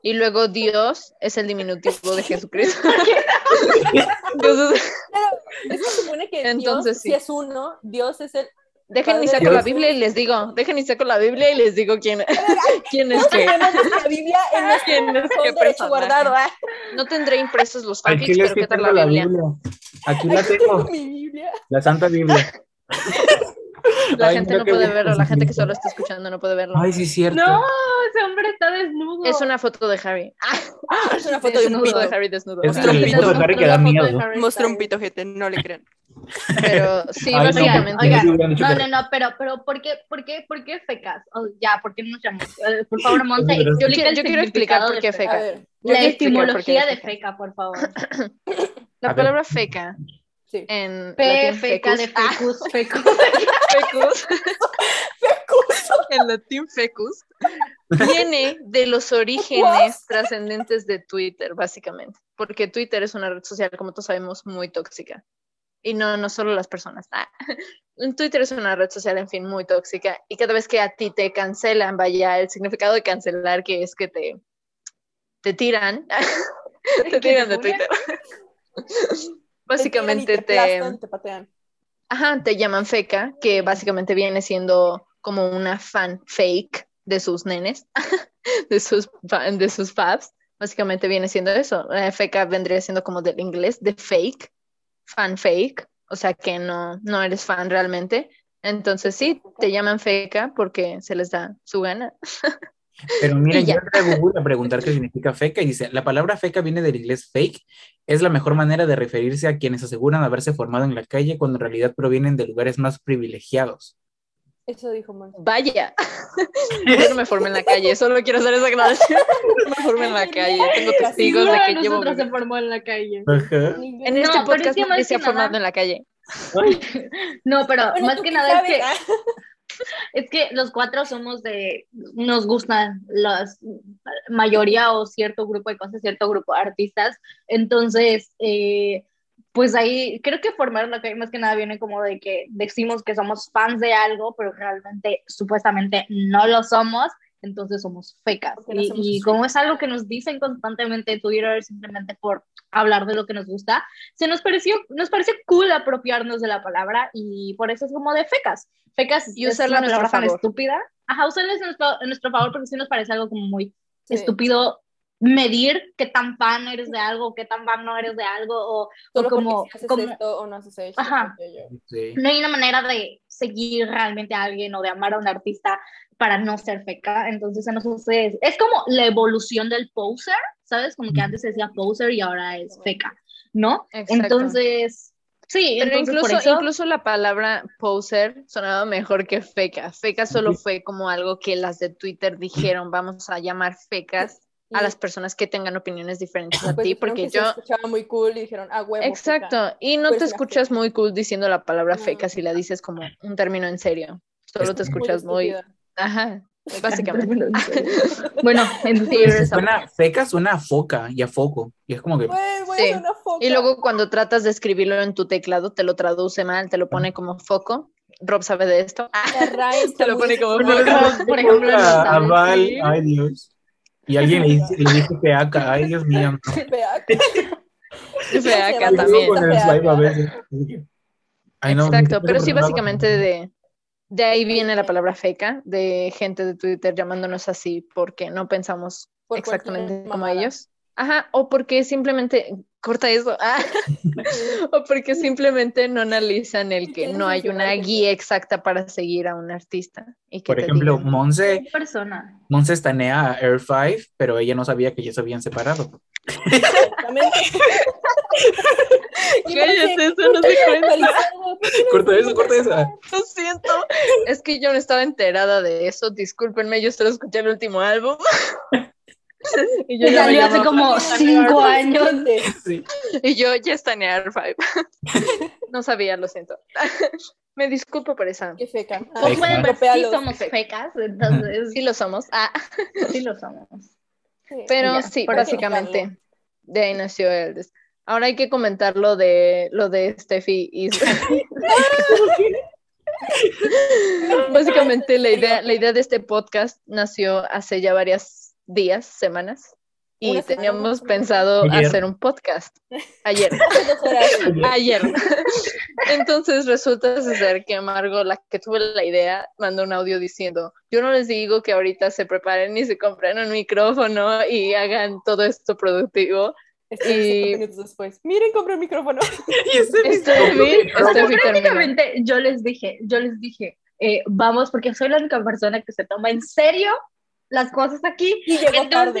[SPEAKER 1] Y luego Dios es el diminutivo de Jesucristo. Entonces,
[SPEAKER 3] Es que se supone que
[SPEAKER 1] Entonces,
[SPEAKER 3] Dios
[SPEAKER 1] sí.
[SPEAKER 3] sí es uno, Dios es el
[SPEAKER 1] Dejen y
[SPEAKER 3] Padre
[SPEAKER 1] saco la
[SPEAKER 2] Dios.
[SPEAKER 1] Biblia y les digo, dejen y saco la Biblia y les digo quién, quién es que,
[SPEAKER 3] Tenemos nuestra Biblia en nuestro
[SPEAKER 1] quién es qué
[SPEAKER 3] fondo
[SPEAKER 1] personaje.
[SPEAKER 3] derecho guardado. ah.
[SPEAKER 1] No tendré impresos los
[SPEAKER 2] Aquí
[SPEAKER 1] fanfics,
[SPEAKER 2] les
[SPEAKER 1] pero qué
[SPEAKER 2] que
[SPEAKER 1] tal
[SPEAKER 2] tengo la Biblia. Aquí la
[SPEAKER 3] Aquí tengo
[SPEAKER 2] tengo,
[SPEAKER 3] mi Biblia.
[SPEAKER 2] la Santa Biblia.
[SPEAKER 1] La
[SPEAKER 2] Ay,
[SPEAKER 1] gente
[SPEAKER 2] mira
[SPEAKER 1] no
[SPEAKER 2] qué
[SPEAKER 1] puede
[SPEAKER 2] bonito
[SPEAKER 1] verlo, la gente que
[SPEAKER 2] sentimiento.
[SPEAKER 1] solo está escuchando no puede verlo.
[SPEAKER 2] Ay, sí, es cierto.
[SPEAKER 4] No, ese hombre está desnudo.
[SPEAKER 1] Es una foto de Harry. Ah,
[SPEAKER 3] Es una foto de un
[SPEAKER 1] una foto
[SPEAKER 3] pito.
[SPEAKER 1] de Harry desnudo.
[SPEAKER 2] Es
[SPEAKER 1] Sí, es
[SPEAKER 2] el pito de
[SPEAKER 1] una-
[SPEAKER 2] Harry que
[SPEAKER 1] es
[SPEAKER 2] da
[SPEAKER 1] la foto de
[SPEAKER 2] miedo.
[SPEAKER 1] Harry,
[SPEAKER 6] Mostró un pito, gente, no le crean.
[SPEAKER 1] Pero sí,
[SPEAKER 2] Ay, no,
[SPEAKER 1] básicamente.
[SPEAKER 5] oigan,
[SPEAKER 2] sí hubieran dicho
[SPEAKER 5] No,
[SPEAKER 2] que-
[SPEAKER 5] no, no, pero, pero ¿por qué, por qué, por qué fecas? O ya, ¿por qué nos llamamos? Eh, Por favor, Monse,
[SPEAKER 2] Yo
[SPEAKER 5] explica
[SPEAKER 1] quiero-
[SPEAKER 5] el
[SPEAKER 1] yo quiero explicar
[SPEAKER 5] significado
[SPEAKER 1] por
[SPEAKER 5] de
[SPEAKER 1] qué
[SPEAKER 3] A
[SPEAKER 1] feca.
[SPEAKER 3] ver,
[SPEAKER 1] Yo
[SPEAKER 5] La
[SPEAKER 1] quiero explicar por qué
[SPEAKER 5] etimología
[SPEAKER 1] es
[SPEAKER 5] de
[SPEAKER 1] feca.
[SPEAKER 5] feca, por favor.
[SPEAKER 2] A
[SPEAKER 1] La
[SPEAKER 2] ver.
[SPEAKER 1] palabra feca
[SPEAKER 3] sí.
[SPEAKER 1] en
[SPEAKER 5] Fe,
[SPEAKER 1] latín
[SPEAKER 5] feca de
[SPEAKER 1] fecus- Ah.
[SPEAKER 5] fecus, fecus.
[SPEAKER 1] fecus, en latín fecus, viene de los
[SPEAKER 3] What?
[SPEAKER 1] orígenes trascendentes de Twitter, básicamente, porque Twitter es una red social, como todos sabemos, muy tóxica. Y no, no solo las personas. ah. Twitter es una red social, en fin, muy tóxica. Y cada vez que a ti te cancelan, vaya, el significado de cancelar, que es que te, te tiran, te tiran de Twitter. Básicamente
[SPEAKER 3] te, tiran y te, aplastan, te patean.
[SPEAKER 1] Ajá, te llaman feca, que básicamente viene siendo como una fan fake de sus nenes, de sus, fa- de sus faps. Básicamente viene siendo eso. Eh, feca vendría siendo como del inglés, de fake, fan fake, o sea que no, no eres fan realmente. Entonces sí, te llaman feca porque se les da su gana.
[SPEAKER 2] Pero mira,
[SPEAKER 1] Y ya.
[SPEAKER 2] yo entré a Google a preguntar qué significa feca y dice, la palabra feca viene del inglés fake, es la mejor manera de referirse a quienes aseguran haberse formado en la calle cuando en realidad provienen de lugares más privilegiados.
[SPEAKER 3] Eso dijo Monse.
[SPEAKER 1] Vaya, yo no me formé en la calle, solo quiero hacer esa aclaración. No me formé en la calle, tengo testigos de
[SPEAKER 5] Ninguno de
[SPEAKER 1] que llevo...
[SPEAKER 5] nosotros se formó en la calle.
[SPEAKER 2] Ajá.
[SPEAKER 1] En este
[SPEAKER 5] No, pero es
[SPEAKER 1] podcast
[SPEAKER 5] que
[SPEAKER 1] nadie
[SPEAKER 5] más
[SPEAKER 1] se ha
[SPEAKER 5] que nada-
[SPEAKER 1] formado en la calle.
[SPEAKER 5] No, pero
[SPEAKER 3] Bueno,
[SPEAKER 5] más
[SPEAKER 3] ¿tú
[SPEAKER 5] que
[SPEAKER 3] qué
[SPEAKER 5] nada es
[SPEAKER 3] sabes,
[SPEAKER 5] que,
[SPEAKER 3] ah?
[SPEAKER 5] es que los cuatro somos de, nos gustan las mayoría o cierto grupo de cosas, cierto grupo de artistas. Entonces, eh, pues ahí creo que formar la calle más que nada viene como de que decimos que somos fans de algo, pero realmente supuestamente no lo somos. Entonces somos fecas.
[SPEAKER 3] Porque no
[SPEAKER 5] Y,
[SPEAKER 3] somos
[SPEAKER 5] y
[SPEAKER 3] fecas.
[SPEAKER 5] como es algo que nos dicen constantemente en Twitter, simplemente por hablar de lo que nos gusta, se nos pareció, nos pareció cool apropiarnos de la palabra y por eso es como de fecas. Fecas
[SPEAKER 1] Y
[SPEAKER 5] es
[SPEAKER 1] usarla a
[SPEAKER 5] una
[SPEAKER 1] nuestro
[SPEAKER 5] palabra tan
[SPEAKER 1] favor.
[SPEAKER 5] estúpida. Ajá, usarla en nuestro, en nuestro favor porque sí nos parece algo como muy
[SPEAKER 3] Sí.
[SPEAKER 5] estúpido medir qué tan fan eres de algo, qué tan fan no eres de algo, o, o
[SPEAKER 3] Solo
[SPEAKER 5] como,
[SPEAKER 3] porque si haces
[SPEAKER 5] como-
[SPEAKER 3] esto o no haces esto.
[SPEAKER 5] Ajá.
[SPEAKER 3] aquello.
[SPEAKER 2] Sí.
[SPEAKER 5] no hay una manera de seguir realmente a alguien o de amar a un artista para no ser feca. Entonces, se nos hace- es como la evolución del poser, ¿sabes? Como que
[SPEAKER 2] Ujú.
[SPEAKER 5] antes se decía poser y ahora es feca, ¿no?
[SPEAKER 1] Exacto.
[SPEAKER 5] Entonces, sí,
[SPEAKER 1] Pero
[SPEAKER 5] entonces por
[SPEAKER 1] incluso,
[SPEAKER 5] eso-
[SPEAKER 1] incluso la palabra poser sonaba mejor que feca. Feca solo fue como algo que las de Twitter dijeron, vamos a llamar fecas a
[SPEAKER 3] Y
[SPEAKER 1] las personas que tengan opiniones diferentes a
[SPEAKER 3] después
[SPEAKER 1] ti,
[SPEAKER 3] pues dijeron
[SPEAKER 1] porque
[SPEAKER 3] que se
[SPEAKER 1] yo...
[SPEAKER 3] escuchaba muy cool y dijeron, ah, huevo.
[SPEAKER 1] Exacto, y
[SPEAKER 3] Tú
[SPEAKER 1] no
[SPEAKER 3] eres
[SPEAKER 1] te
[SPEAKER 3] una
[SPEAKER 1] escuchas muy cool diciendo la palabra
[SPEAKER 3] No.
[SPEAKER 1] feca si la dices como un término en serio. Solo te
[SPEAKER 2] Es muy
[SPEAKER 1] escuchas muy... Ajá, básicamente.
[SPEAKER 5] bueno, entonces,
[SPEAKER 2] Suena, feca suena a foca y a foco. Y es como que...
[SPEAKER 3] Güey, güey,
[SPEAKER 1] Sí.
[SPEAKER 3] es una foca.
[SPEAKER 1] Y luego cuando tratas de escribirlo en tu teclado, te lo traduce mal, te lo pone como foco. Rob sabe de esto.
[SPEAKER 3] La RAE está
[SPEAKER 1] Te lo
[SPEAKER 3] muy
[SPEAKER 1] pone como
[SPEAKER 2] Bueno,
[SPEAKER 1] foco.
[SPEAKER 2] le-
[SPEAKER 5] por
[SPEAKER 2] le
[SPEAKER 5] ejemplo,
[SPEAKER 2] toca
[SPEAKER 5] en los
[SPEAKER 2] a
[SPEAKER 5] tablets,
[SPEAKER 2] Val,
[SPEAKER 5] sí.
[SPEAKER 2] ay Dios. Y alguien le dice, le dice feaca, ay Dios mío. no.
[SPEAKER 3] fea.
[SPEAKER 1] Feaca
[SPEAKER 2] Yo
[SPEAKER 1] también.
[SPEAKER 2] con el swipe a veces. Ay, no,
[SPEAKER 1] Exacto,
[SPEAKER 2] me
[SPEAKER 1] pero sí,
[SPEAKER 2] siento
[SPEAKER 1] básicamente de, de ahí viene la palabra feca, de gente de Twitter llamándonos así porque no pensamos
[SPEAKER 3] Por cualquier
[SPEAKER 1] exactamente como
[SPEAKER 3] mamada.
[SPEAKER 1] ellos. Ajá, o porque simplemente, corta eso, Ah, o porque simplemente no analizan el que
[SPEAKER 3] Quieren
[SPEAKER 1] no hay una
[SPEAKER 3] censurarte.
[SPEAKER 1] guía exacta para seguir a un artista. Y que
[SPEAKER 2] Por
[SPEAKER 1] te
[SPEAKER 2] ejemplo,
[SPEAKER 1] digan,
[SPEAKER 2] Monse,
[SPEAKER 5] persona.
[SPEAKER 2] Monse estanea a Air 5, pero ella no sabía que ya se habían separado.
[SPEAKER 3] Exactamente. Y
[SPEAKER 1] "Cállate,
[SPEAKER 3] parece
[SPEAKER 1] eso no se cuenta".
[SPEAKER 3] actualizado.
[SPEAKER 2] Corta eso, corta eso.
[SPEAKER 1] Lo siento. Es que yo no estaba enterada de eso. Discúlpenme, yo solo escuché el último álbum. y yo ya me
[SPEAKER 5] Salió hace
[SPEAKER 1] llamaba-
[SPEAKER 5] como cinco años.
[SPEAKER 2] Sí.
[SPEAKER 1] Y yo ya estanear Five. no sabía, lo siento. me disculpo por esa.
[SPEAKER 3] Qué feca. Ah,
[SPEAKER 5] Pues bueno,
[SPEAKER 2] Exacto.
[SPEAKER 5] pues sí
[SPEAKER 3] Los
[SPEAKER 5] somos fecas, entonces
[SPEAKER 1] Sí lo somos. Ah,
[SPEAKER 5] sí lo somos.
[SPEAKER 3] sí.
[SPEAKER 1] pero
[SPEAKER 5] Ya,
[SPEAKER 1] sí,
[SPEAKER 5] por
[SPEAKER 3] eso
[SPEAKER 1] básicamente. De ahí nació el. des- Ahora hay que comentar lo de lo de Steffi y Básicamente la idea, la idea de este podcast nació hace ya varias días, semanas, y
[SPEAKER 3] Una semana,
[SPEAKER 1] teníamos
[SPEAKER 3] ¿no?
[SPEAKER 1] pensado
[SPEAKER 2] Ayer.
[SPEAKER 1] hacer un podcast. Ayer,
[SPEAKER 3] Hace dos horas.
[SPEAKER 1] ayer. Entonces resulta ser que Margo, la que tuvo la idea, mandó un audio diciendo, yo no les digo que ahorita se preparen y se compren un micrófono y hagan todo esto productivo.
[SPEAKER 3] Estoy
[SPEAKER 1] Y-
[SPEAKER 3] cinco minutos después. Miren, compré el micrófono.
[SPEAKER 2] Y ese
[SPEAKER 1] Steffi,
[SPEAKER 5] O sea,
[SPEAKER 1] Steffi terminó.
[SPEAKER 5] prácticamente yo les dije, yo les dije, eh, vamos, porque soy la única persona que se toma en serio las cosas aquí.
[SPEAKER 3] Y llegó tarde.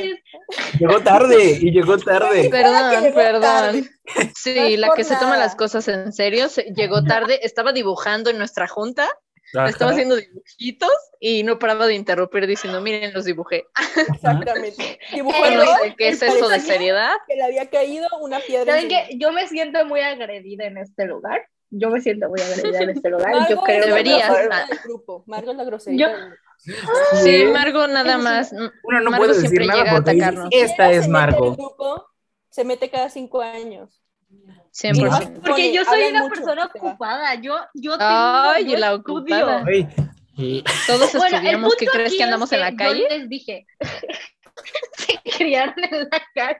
[SPEAKER 5] Entonces,
[SPEAKER 2] Llegó tarde, y llegó tarde.
[SPEAKER 3] que
[SPEAKER 1] Perdón,
[SPEAKER 3] llegó
[SPEAKER 1] perdón.
[SPEAKER 3] tarde. No
[SPEAKER 1] Sí,
[SPEAKER 3] es
[SPEAKER 1] la
[SPEAKER 3] por
[SPEAKER 1] que se toma
[SPEAKER 3] nada.
[SPEAKER 1] las cosas en serio, se- llegó tarde, estaba dibujando en nuestra junta,
[SPEAKER 2] Ajá.
[SPEAKER 1] estaba haciendo dibujitos y no paraba de interrumpir diciendo, miren, los dibujé.
[SPEAKER 3] Exactamente.
[SPEAKER 1] Yo
[SPEAKER 3] Dibujando
[SPEAKER 1] no sé qué es eso de
[SPEAKER 3] parecía
[SPEAKER 1] seriedad.
[SPEAKER 3] que le había caído una piedra.
[SPEAKER 5] ¿saben
[SPEAKER 3] encima.
[SPEAKER 5] qué? Yo me siento muy agredida en este lugar. Yo me siento muy agredida en este lugar.
[SPEAKER 3] Margo
[SPEAKER 5] yo creo
[SPEAKER 3] es la
[SPEAKER 1] Deberías.
[SPEAKER 3] groserita del grupo. Margo es la grosería.
[SPEAKER 5] Yo-
[SPEAKER 3] del grupo.
[SPEAKER 1] Sí, Margo nada
[SPEAKER 5] Sí.
[SPEAKER 1] más. mm,
[SPEAKER 2] Uno no
[SPEAKER 1] Margo
[SPEAKER 2] puede decir
[SPEAKER 1] siempre
[SPEAKER 2] nada
[SPEAKER 1] llega a
[SPEAKER 2] porque dices,
[SPEAKER 1] atacarnos.
[SPEAKER 2] esta es
[SPEAKER 3] Ella se mete en el
[SPEAKER 2] Margo.
[SPEAKER 3] grupo, se mete cada cinco años.
[SPEAKER 1] Siempre.
[SPEAKER 2] Ajá.
[SPEAKER 1] siempre.
[SPEAKER 5] Porque
[SPEAKER 3] Oye,
[SPEAKER 5] yo soy
[SPEAKER 3] hablan
[SPEAKER 5] una
[SPEAKER 3] mucho,
[SPEAKER 5] persona
[SPEAKER 3] se va.
[SPEAKER 5] ocupada. Yo, yo tengo.
[SPEAKER 1] Ay,
[SPEAKER 5] yo
[SPEAKER 1] la
[SPEAKER 5] estudio.
[SPEAKER 1] ocupada.
[SPEAKER 2] Ay, y-
[SPEAKER 1] Todos
[SPEAKER 5] Bueno, el
[SPEAKER 1] estudiamos. ¿Qué
[SPEAKER 5] punto
[SPEAKER 1] crees
[SPEAKER 5] aquí
[SPEAKER 1] que andamos
[SPEAKER 5] es
[SPEAKER 1] en la
[SPEAKER 5] que
[SPEAKER 1] calle?
[SPEAKER 5] Yo les dije, se criaron en la calle.